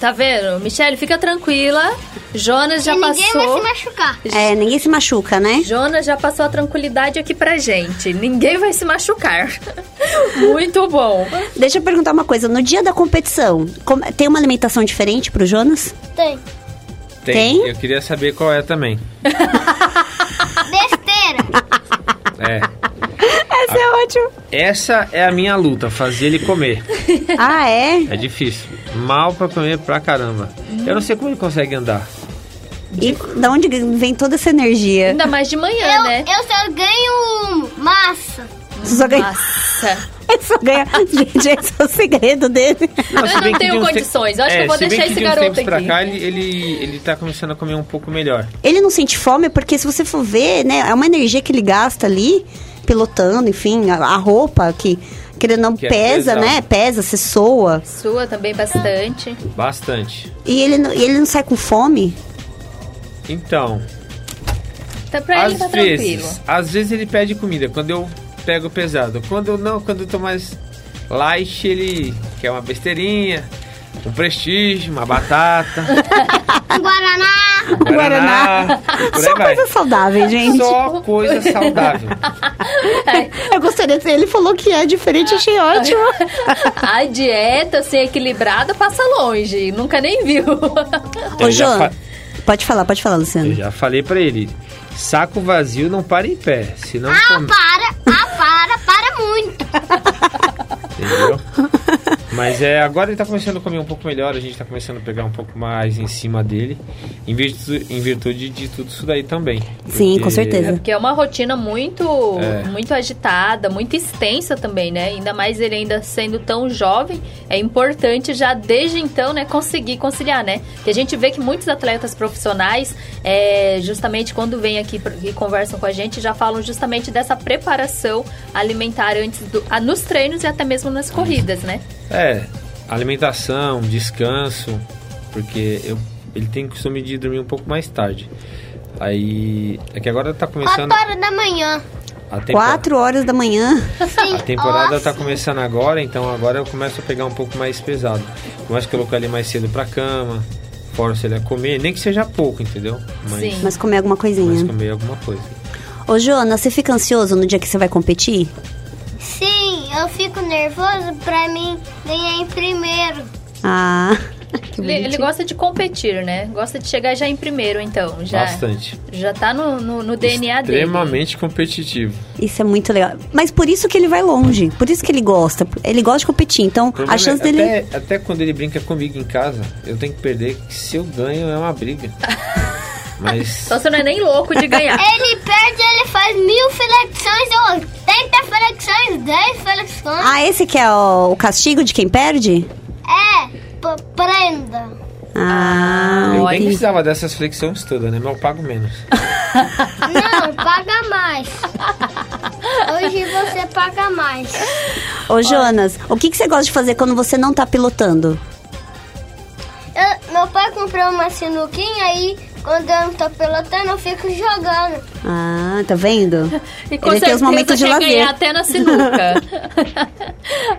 S3: Tá vendo? Michelle, fica tranquila. Jonas já
S5: E ninguém
S3: passou.
S5: vai se machucar.
S2: É, ninguém se machuca, né?
S3: Jonas já passou a tranquilidade aqui pra gente. Ninguém vai se machucar. Muito bom.
S2: Deixa eu perguntar uma coisa, no dia da competição, como- tem uma alimentação diferente pro Jonas?
S5: Tem.
S2: Tem?
S6: Eu queria saber qual é também.
S5: Besteira.
S6: É.
S2: Essa é ótimo.
S6: Essa é a minha luta, fazer ele comer.
S2: Ah, é?
S6: É difícil. Mal pra comer pra caramba. Eu não sei como ele consegue andar.
S2: E da onde vem toda essa energia?
S3: Ainda mais de manhã,
S5: Eu,
S3: né?
S5: eu só ganho um. massa.
S2: Você só ganha.
S3: Nossa.
S2: Ele só ganha. Gente, esse é o segredo dele.
S3: Eu
S6: se
S3: não
S6: bem
S3: tenho
S6: de uns
S3: condições. Eu acho
S6: é,
S3: que eu vou
S6: se bem
S3: deixar
S6: que
S3: esse
S6: de uns
S3: garoto
S6: tempos
S3: aqui.
S6: Pra cá, ele, ele, ele tá começando a comer um pouco melhor.
S2: Ele não sente fome porque se você for ver, né, é uma energia que ele gasta ali, pilotando, enfim, a, a roupa que querendo ou não
S6: Que é
S2: pesa,
S6: pesado.
S2: né? Pesa, se soa.
S3: Sua também bastante.
S6: Bastante.
S2: E ele, não- e ele não sai com fome.
S6: Então,
S3: Tá pra ele
S6: às
S3: tá tranquilo.
S6: vezes, às vezes ele pede comida, quando eu pego pesado. Quando eu não, quando eu tô mais light, ele quer uma besteirinha, um prestígio, uma batata,
S5: Um Guaraná.
S6: um guaraná, por
S2: Só
S6: aí vai.
S2: coisa saudável, gente.
S6: Só coisa saudável.
S2: Eu gostaria de. Ele falou que é diferente, achei ótimo.
S3: A dieta, assim, equilibrada, passa longe. Nunca nem viu.
S2: Ô,
S6: Então, Eu já
S2: João.
S6: fa-
S2: Pode falar, pode falar, Luciano.
S6: Eu já falei pra ele, saco vazio não para em pé, senão
S3: Hum.
S6: come,
S5: Para. Ah, para. Para muito.
S6: entendeu? Mas é, agora ele tá começando a comer um pouco melhor, a gente tá começando a pegar um pouco mais em cima dele, em virtude, em virtude de tudo isso daí também.
S2: Sim, com
S6: Porque
S2: certeza.
S3: É porque é uma rotina muito,
S6: É.
S3: muito agitada, muito extensa também, né? Ainda mais ele ainda sendo tão jovem, é importante já desde então, né, conseguir conciliar, né? Que a gente vê que muitos atletas profissionais, é, justamente quando vêm aqui pr- e conversam com a gente, já falam justamente dessa preparação alimentar antes do, ah, nos treinos e até mesmo nas corridas, né?
S6: É, alimentação, descanso, porque eu, ele tem costume de dormir um pouco mais tarde. Aí, é que agora tá começando
S5: 4 horas da manhã.
S6: a temporada.
S2: Quatro horas da manhã.
S5: Sim.
S6: A temporada
S5: Nossa.
S6: tá começando agora, então agora eu começo a pegar um pouco mais pesado. Começo a colocar ele mais cedo pra cama, forço ele a comer, nem que seja pouco, entendeu?
S3: Sim.
S2: Mas comer alguma
S6: mas
S2: coisinha.
S6: comer alguma coisa.
S2: Ô, Jonas, você fica ansioso no dia que você vai competir?
S5: Sim, eu fico nervoso pra mim ganhar em primeiro.
S2: Ah. que
S3: Ele, ele
S2: bonitinho.
S3: gosta de competir, né? Gosta de chegar já em primeiro, então. Já,
S6: Bastante.
S3: já tá no, no, no DNA dele.
S6: Extremamente competitivo.
S2: Isso é muito legal. Mas por isso que ele vai longe. Por isso que ele gosta. Ele gosta de competir. Então,
S6: O problema
S2: a chance
S6: é,
S2: dele.
S6: Até, até quando ele brinca comigo em casa, eu tenho que perder, que se eu ganho é uma briga. Mas.
S3: Então você não é nem louco de ganhar.
S5: Ele perde, ele faz mil flexões, 80 flexões, 10 flexões.
S2: Ah, esse que é o, o castigo de quem perde?
S5: É, p- prenda.
S2: Ah,
S6: Eu nem
S2: entendi.
S6: precisava dessas flexões todas, né? Mas eu pago menos.
S5: Não, paga mais. Hoje você paga mais.
S2: Ô, Jonas, o que, que você gosta de fazer quando você não tá pilotando?
S5: Eu- meu pai comprou uma sinuquinha aí, quando eu não tô pilotando, eu fico jogando.
S2: Ah, tá vendo?
S3: E com
S2: Ele tem os
S3: certeza
S2: momentos de
S3: quer
S2: lazer.
S3: ganhar até na sinuca.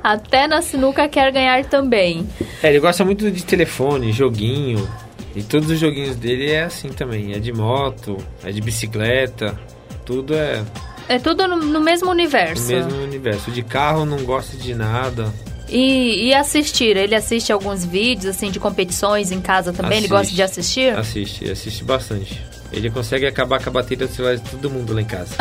S3: até na sinuca quer ganhar também.
S6: É, ele gosta muito de telefone, joguinho. E todos os joguinhos dele é assim também. É de moto, é de bicicleta. Tudo é
S3: É tudo no, no mesmo
S6: o
S3: universo.
S6: mesmo universo. De carro não gosta de nada.
S3: E, e assistir, ele assiste alguns vídeos assim de competições em casa também, ele
S6: Assiste.
S3: gosta de assistir?
S6: Assiste, assiste bastante. Ele consegue acabar com a bateria do celular de todo mundo lá em casa.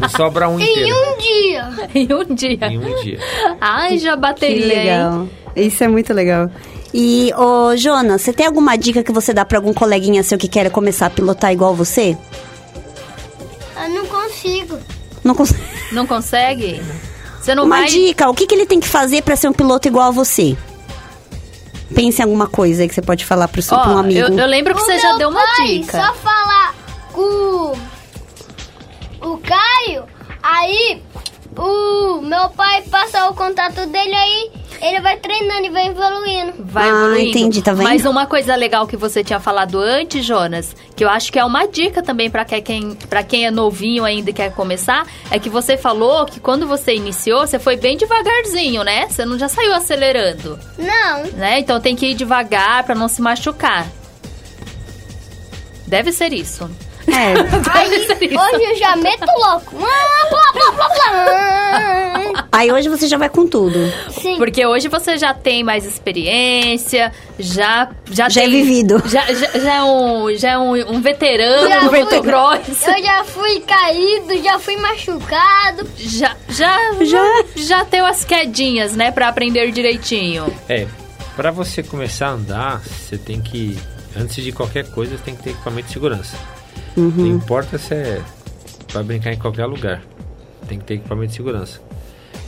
S6: não sobra um inteiro.
S5: Um dia.
S3: em um dia.
S6: Em um dia.
S3: Ai, já
S2: Que
S3: bateria, hein?
S2: legal. Isso é muito legal. E, ô, Jonas, você tem alguma dica que você dá pra algum coleguinha seu que quer começar a pilotar igual você?
S5: Eu não consigo.
S2: Não consegue.
S3: Não consegue? Você não
S2: Uma
S3: Então vai.
S2: dica, o que, que ele tem que fazer pra ser um piloto igual a você? Pense em alguma coisa aí que você pode falar pro seu pra um
S3: Ó,
S2: amigo.
S3: eu, eu lembro que
S5: O
S3: você
S5: meu
S3: já deu uma
S5: pai
S3: dica.
S5: Só falar com o Caio, aí o meu pai passa o contato dele aí, ele vai treinando e vai evoluindo.
S3: Vai
S2: Ah,
S3: evoluindo.
S2: entendi, tá vendo?
S3: Mas uma coisa legal que você tinha falado antes, Jonas, que eu acho que é uma dica também pra quem, pra quem é novinho ainda e quer começar, é que você falou que quando você iniciou, você foi bem devagarzinho, né? Você não já saiu acelerando,
S5: Não,
S3: né? Então tem que ir devagar pra não se machucar. Deve ser isso.
S2: É.
S3: Deve ser isso.
S5: hoje eu já meto louco. Ah, blá, blá, blá, blá.
S2: Aí hoje você já vai com tudo.
S5: Sim,
S3: Porque hoje você já tem mais experiência, já já,
S2: Já é
S3: tem-
S2: vivido.
S3: já, já, já é um já é um, um veterano
S5: Já
S3: do
S5: fui-
S3: motocross.
S5: eu já fui caído, já fui machucado.
S3: já, já, já,
S2: Já.
S3: já deu as quedinhas, né? Pra aprender direitinho.
S6: É, pra você começar a andar, você tem que, antes de qualquer coisa, você tem que ter equipamento de segurança. Não importa se é pra brincar em qualquer lugar, tem que ter equipamento de segurança.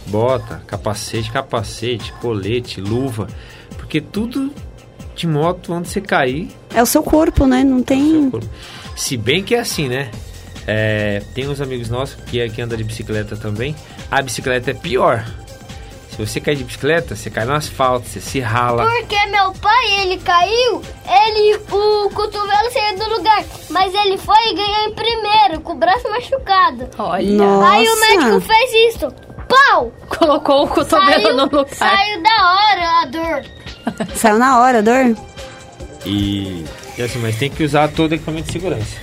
S6: Bota, capacete, capacete, colete, luva, porque tudo de moto, onde você cair,
S2: É o seu corpo, né? Não tem.
S6: corpo. Se bem que é assim, né? É, tem uns amigos nossos que, é, que anda de bicicleta também. A bicicleta é pior. Se você cair de bicicleta, você cai no asfalto, você se rala.
S5: Porque meu pai, ele caiu, ele, o cotovelo saiu do lugar, mas ele foi e ganhou em primeiro, com o braço machucado.
S3: Olha.
S2: Nossa.
S5: Aí o médico fez isso. Pau!
S3: Colocou o cotovelo
S5: Saiu,
S3: no lugar.
S5: saiu da hora a dor.
S2: Saiu na hora, a dor?
S6: E, e assim, mas tem que usar todo o equipamento de segurança.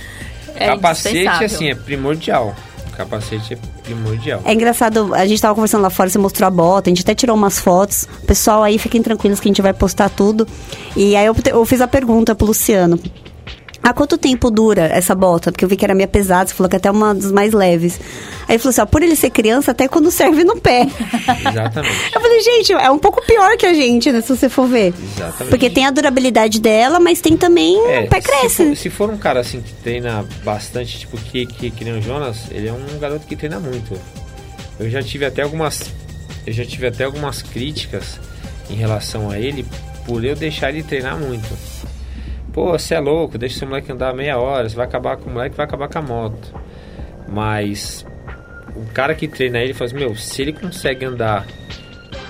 S3: É
S6: capacete,
S3: indispensável.
S6: assim, é primordial. Capacete é primordial.
S2: É engraçado, a gente tava conversando lá fora, você mostrou a bota, a gente até tirou umas fotos. Pessoal, aí fiquem tranquilos que a gente vai postar tudo. E aí eu, te- eu fiz a pergunta pro Luciano. Há quanto tempo dura essa bota? Porque eu vi que era meio pesada, você falou que é até uma das mais leves. Aí ele falou assim, ó, por ele ser criança, até quando serve no pé.
S6: Exatamente.
S2: Eu falei, gente, é um pouco pior que a gente, né, se você for ver.
S6: Exatamente.
S2: Porque tem a durabilidade dela, mas tem também
S6: É,
S2: o pé
S6: se
S2: Hum, cresce.
S6: for- Se for, um cara assim que treina bastante, tipo que, que, que nem o Jonas, ele é um garoto que treina muito. Eu já tive até algumas. Eu já tive até algumas críticas em relação a ele por eu deixar ele treinar muito. Pô, você é louco, deixa seu moleque andar meia hora, você vai acabar com o moleque, vai acabar com a moto. Mas o cara que treina ele faz, meu, se ele consegue andar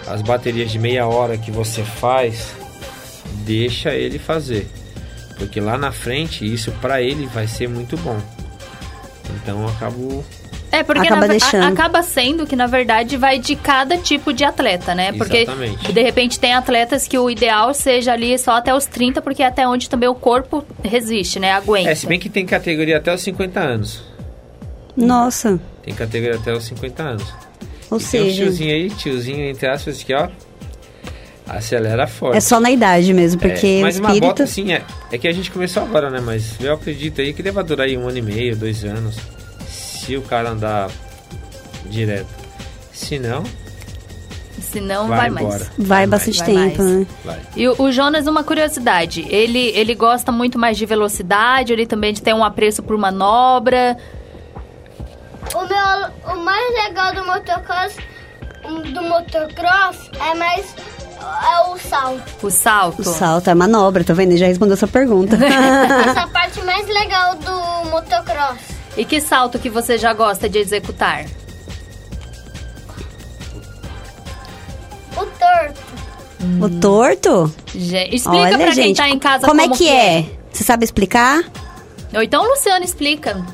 S6: as baterias de meia hora que você faz, deixa ele fazer. Porque lá na frente isso pra ele vai ser muito bom. Então eu acabo
S3: É, porque
S2: Acaba
S3: na ver- a-
S2: deixando.
S3: acaba sendo que, na verdade, vai de cada tipo de atleta, né? Porque,
S6: Exatamente.
S3: de repente, tem atletas que o ideal seja ali só até os 30, porque é até onde também o corpo resiste, né? Aguenta.
S6: É, se bem que tem categoria até os 50 anos.
S2: Nossa,
S6: Tem categoria até os 50 anos.
S2: ou
S6: e tem uns
S2: seja,
S6: tiozinho aí, tiozinho entre aspas, que ó, acelera forte.
S2: é só na idade mesmo, porque
S6: É,
S2: o
S6: mas uma
S2: espírito...
S6: bota assim, é, é que a gente começou agora, né? Mas eu acredito aí que deva durar aí um ano e meio, dois anos, se o cara andar direto. Se não,
S3: Senão, vai,
S6: vai,
S3: mais.
S6: embora.
S2: Vai
S6: mais,
S2: bastante
S3: vai
S2: tempo,
S3: mais.
S2: né?
S6: Vai.
S3: E o, o Jonas, uma curiosidade, ele, ele gosta muito mais de velocidade, ele também tem um apreço por manobra.
S5: O, meu, o mais legal do motocross, do motocross é mais é o salto.
S3: O salto.
S2: O salto é manobra, tá vendo? Ele já respondeu essa pergunta.
S5: Essa é a parte mais legal do motocross.
S3: E que salto que você já gosta de executar?
S5: O torto.
S2: o torto?
S3: Gente, explica
S2: Olha,
S3: pra
S2: gente,
S3: quem tá em casa
S2: como, é que é? Você sabe explicar?
S3: Ou então o Luciano explica.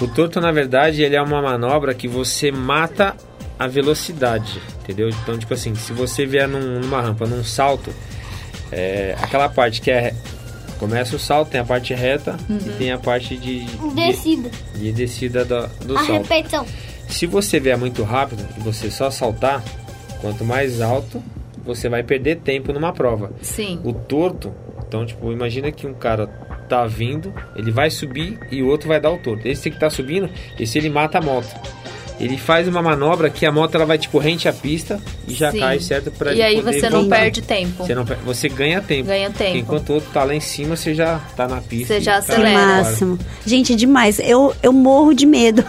S6: O torto, na verdade, ele é uma manobra que você mata a velocidade, entendeu? Então, tipo assim, se você vier num- numa rampa, num salto, é, aquela parte que é... Começa o salto, tem a parte reta e tem a parte de, de,
S5: Uhum. Descida.
S6: de descida da- do
S5: A
S6: salto.
S5: repetição.
S6: Se você vier muito rápido e você só saltar, quanto mais alto, você vai perder tempo numa prova.
S3: Sim.
S6: O torto, então, tipo, imagina que um cara tá vindo, ele vai subir e o outro vai dar o torto. Esse que tá subindo, esse ele mata a moto. Ele faz uma manobra que a moto ela vai tipo rente à pista e já
S3: Sim.
S6: cai certo para
S3: E aí você não perde tempo.
S6: Você, não per- você ganha tempo.
S3: Ganha tempo.
S6: Enquanto o outro tá lá em cima, você já tá na pista.
S3: Você
S6: e
S3: já
S6: tá
S3: acelera.
S6: indo embora.
S2: Máximo. Gente, é demais. Eu, eu morro de medo.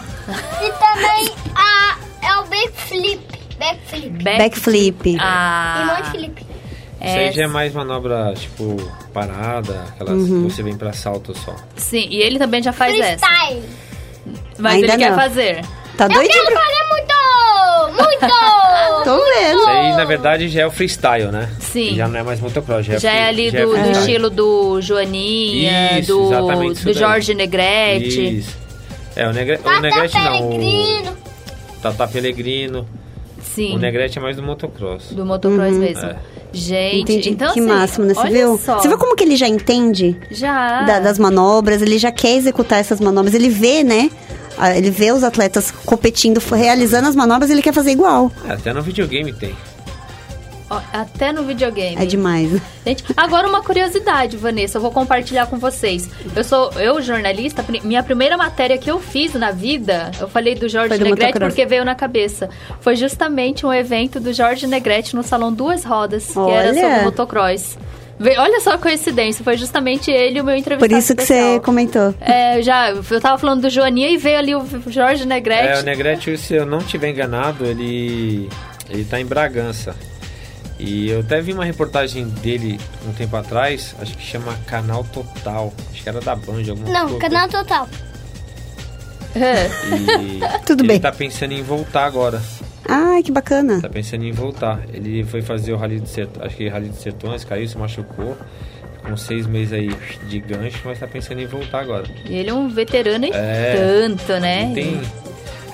S5: E também a, é o backflip. Backflip.
S3: Back-
S2: Backflip.
S5: E um é
S3: Ah,
S5: monte flip.
S6: Isso aí
S3: É.
S6: já é mais manobra, tipo, parada, aquelas
S3: Uhum.
S6: que você vem pra salto só.
S3: sim. E ele também já faz essa.
S5: Freestyle.
S3: Mas
S2: Ainda
S3: ele quer
S2: não.
S3: fazer.
S2: Tá
S5: Eu
S2: doidinho?
S5: quero fazer muito! Muito!
S2: Tô
S6: Isso
S2: vendo.
S6: aí, na verdade, já é o freestyle, né?
S3: Sim.
S6: Já não é mais motocross, já,
S3: Já
S6: free-
S3: é ali
S6: já
S3: do, do
S6: freestyle.
S3: estilo do Joaninha,
S6: Isso,
S3: do,
S6: exatamente isso
S3: do
S6: daí.
S3: Jorge Negrete.
S6: Isso. É, o, Negre... o
S5: Tata
S6: Negrete não. O
S5: Peregrino.
S6: Tata Pellegrino.
S3: Sim.
S6: O Negrete é mais do motocross.
S3: Do motocross mesmo.
S6: É.
S3: Gente,
S2: Uhum. Entendi.
S3: então
S2: que
S3: assim,
S2: máximo, né? Você
S3: olha
S2: viu?
S3: só. Ah.
S2: Você viu como que ele já entende
S3: Já.
S2: da- das manobras? Ele já quer executar essas manobras. Ele vê, né? Ah, Ele vê os atletas competindo, realizando as manobras, ele quer fazer igual.
S6: É, até no videogame tem.
S3: Ó, Até no videogame.
S2: É demais.
S3: Gente, agora uma curiosidade, Vanessa, eu vou compartilhar com vocês. Eu sou eu jornalista, pri- minha primeira matéria que eu fiz na vida, eu falei do Jorge
S2: Foi do
S3: Negrete
S2: motocross.
S3: porque veio na cabeça. Foi justamente um evento do Jorge Negrete no Salão Duas Rodas, que era
S2: Olha.
S3: sobre motocross. Ve- Olha só a coincidência, foi justamente ele o meu entrevistado
S2: Por isso que você
S3: especial.
S2: comentou.
S3: É, eu já, eu tava falando do Joaninha e veio ali o Jorge Negrete.
S6: É, o Negrete, se eu não tiver enganado, ele. ele tá em Bragança. E eu até vi uma reportagem dele um tempo atrás, acho que chama Canal Total. Acho que era da Band, alguma
S5: Não,
S6: coisa.
S5: canal total.
S3: É.
S6: E
S2: Tudo
S6: ele
S2: bem.
S6: tá pensando em voltar agora.
S2: Ai, que bacana.
S6: Tá pensando em voltar. Ele foi fazer o Rally de Sertões, acho que Rally de Sertões, caiu, se machucou. Com seis meses aí de gancho, mas tá pensando em voltar agora.
S3: E ele é um veterano em
S6: É.
S3: tanto, né?
S6: Ali tem,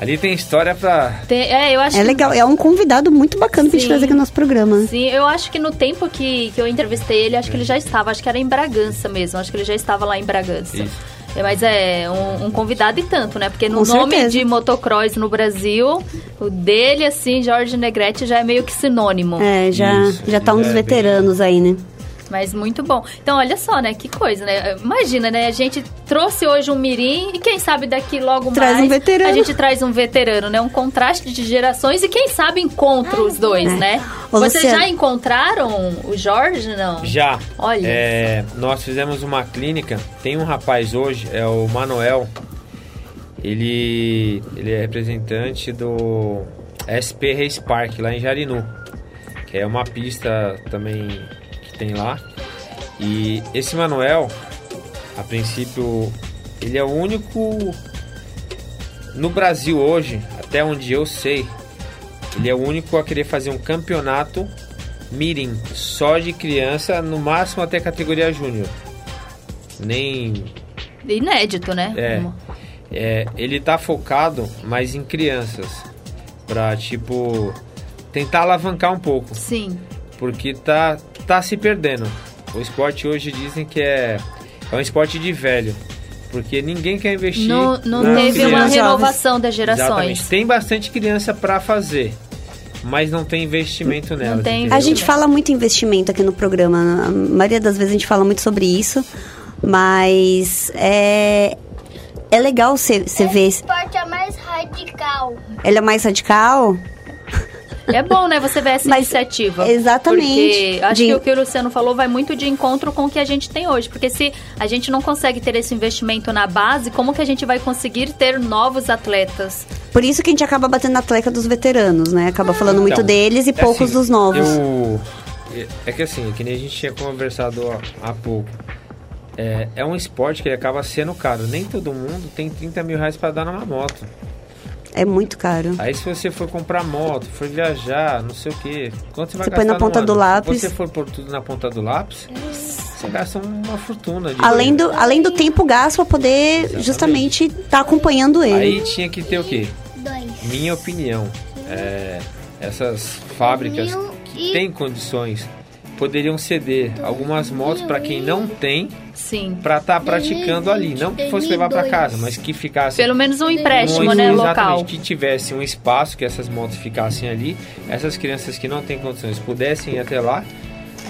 S6: ali tem história pra.
S3: Tem- é, eu acho
S2: É
S3: que
S2: legal, é um convidado muito bacana pra gente
S3: Sim.
S2: trazer aqui no nosso programa.
S3: Sim, eu acho que no tempo que, que eu entrevistei ele, acho que ele já estava, acho que era em Bragança mesmo, acho que ele já estava lá em Bragança.
S6: Isso.
S3: É, Mas é um, um convidado e tanto, né? Porque no
S2: Com
S3: nome
S2: certeza.
S3: de motocross no Brasil, o dele, assim, Jorge Negrete já é meio que sinônimo.
S2: É, já,
S6: Isso,
S2: já tá uns
S6: é bem-
S2: veteranos aí, né?
S3: Mas muito bom. Então, olha só, né? Que coisa, né? Imagina, né? A gente trouxe hoje um mirim e quem sabe daqui logo
S2: Traz
S3: mais...
S2: um veterano.
S3: A gente traz um veterano, né? Um contraste de gerações e quem sabe encontra os dois, né?
S2: é. Ô,
S3: Vocês
S2: Luciano.
S3: já encontraram o Jorge, não?
S6: Já.
S3: Olha
S6: É, nós fizemos uma clínica. Tem um rapaz hoje, é o Manuel. Ele, ele é representante do SP Race Park lá em Jarinu, que é uma pista também que tem lá. E esse Manuel, a princípio, ele é o único no Brasil hoje, até onde eu sei, ele é o único a querer fazer um campeonato mirim, só de criança, no máximo até categoria júnior. Nem
S3: Inédito, né?
S6: é,
S3: Uma-
S6: é, ele tá focado mais em crianças, pra tipo tentar alavancar um pouco,
S3: Sim.
S6: porque tá tá se perdendo. O esporte hoje dizem que é é um esporte de velho, porque ninguém quer investir.
S3: Não, não
S6: nas
S3: teve uma
S6: crianças.
S2: Jovens.
S3: renovação das
S6: Exatamente.
S3: gerações.
S6: Tem bastante criança pra fazer, mas não tem investimento nela.
S3: tem
S2: A
S3: Eu-
S2: gente fala muito em investimento aqui no programa. A maioria das vezes a gente fala muito sobre isso. Mas é, é legal você você ver. esse-
S5: Parte é mais radical.
S2: Ele é mais radical?
S3: É bom, né? Você ver essa
S2: Mas-
S3: iniciativa.
S2: exatamente.
S3: Porque acho
S2: De-
S3: que o que o Luciano falou vai muito de encontro com o que a gente tem hoje. Porque se a gente não consegue ter esse investimento na base, como que a gente vai conseguir ter novos atletas?
S2: Por isso que a gente acaba batendo na tleca dos veteranos, né? Acaba falando muito
S6: Então,
S2: deles e
S6: é
S2: poucos
S6: assim,
S2: dos novos.
S6: Eu, É- É que assim, que nem a gente tinha conversado há, há pouco. É, é um esporte que ele acaba sendo caro. Nem todo mundo tem 30 mil reais pra dar numa moto.
S2: É muito caro.
S6: Aí se você for comprar moto, for viajar, não sei o que, quanto você vai
S2: Você
S6: gastar
S2: põe na
S6: no
S2: ponta
S6: ano?
S2: do lápis.
S6: Se você for pôr tudo na ponta do lápis, você gasta uma fortuna. de
S2: Além
S6: dinheiro.
S2: do, além do tempo gasto pra poder justamente estar acompanhando ele.
S6: Aí tinha que ter o quê?
S5: Dois.
S6: Minha opinião, é, essas fábricas que têm condições poderiam ceder algumas motos para quem não tem,
S3: Sim.
S6: para estar praticando ali, não que fosse levar para casa, mas que ficasse
S3: Pelo menos um
S6: um-
S3: empréstimo, né,
S6: exatamente,
S3: local.
S6: que tivesse um espaço que essas motos ficassem ali, essas crianças que não têm condições pudessem ir até lá,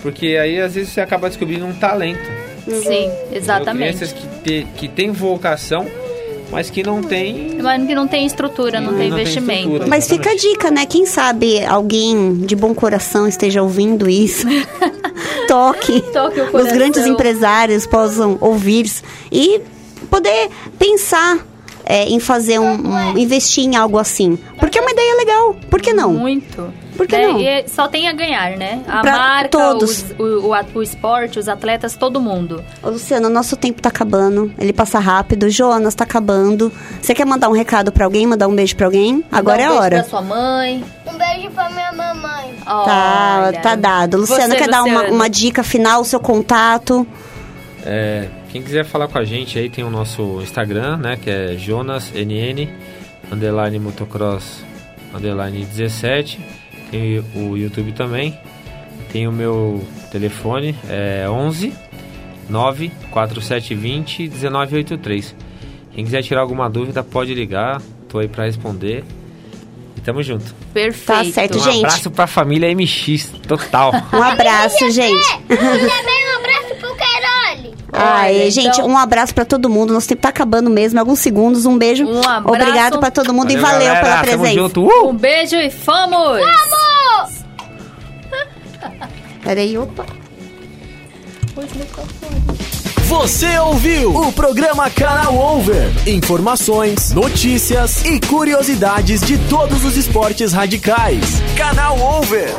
S6: porque aí às vezes você acaba descobrindo um talento.
S3: Sim, exatamente.
S6: Crianças que te, que têm vocação, mas que não têm
S3: Mas que não tem estrutura, não,
S6: Não
S3: tem
S6: tem
S3: investimento.
S6: estrutura.
S2: Mas fica a dica, né? Quem sabe alguém de bom coração esteja ouvindo isso. Toque.
S3: Toque o
S2: Os
S3: coração.
S2: grandes empresários possam ouvir e poder pensar é, em fazer um, um- investir em algo assim. Porque é uma ideia legal. Por que não?
S3: Muito.
S2: Por que
S3: Né?
S2: não?
S3: E é- só tem a ganhar, né? A
S2: Pra
S3: marca,
S2: todos.
S3: os- o, o, a- o esporte, os atletas, todo mundo.
S2: Ô, Luciano, nosso tempo tá acabando. Ele passa rápido. Jonas tá acabando. Você quer mandar um recado pra alguém? Mandar um beijo pra alguém? Agora
S3: Dá
S2: é
S3: um
S2: a
S3: beijo
S2: hora.
S3: Pra sua mãe.
S5: Um beijo pra minha mamãe.
S2: Tá,
S3: Olha.
S2: tá dado. Luciano,
S3: Você,
S2: quer dar uma,
S3: Luciano.
S2: uma dica final, seu contato?
S6: É, quem quiser falar com a gente aí tem o nosso Instagram, né? Que é JonasNN, underline motocross, underline 17. Tem o YouTube também. Tem o meu telefone, é 11 94720 1983. Quem quiser tirar alguma dúvida, pode ligar. Tô aí pra responder. E tamo junto.
S2: Tá
S3: Perfeito.
S2: certo,
S6: Um
S2: Gente.
S6: abraço pra família MX total.
S2: Um abraço, gente.
S5: E também um abraço pro Carole.
S2: Ai,
S3: Olha,
S2: gente,
S3: então-
S2: um abraço pra todo mundo. Nosso tempo tá acabando mesmo, alguns segundos. Um beijo.
S3: Um abraço.
S2: Obrigado pra todo mundo e valeu
S6: galera.
S2: pela
S6: Tamo
S2: presença.
S6: junto. Uh!
S3: Um beijo e fomos!
S2: Peraí, opa.
S1: Você ouviu o programa Canal Over. Informações, notícias e curiosidades de todos os esportes radicais. Canal Over.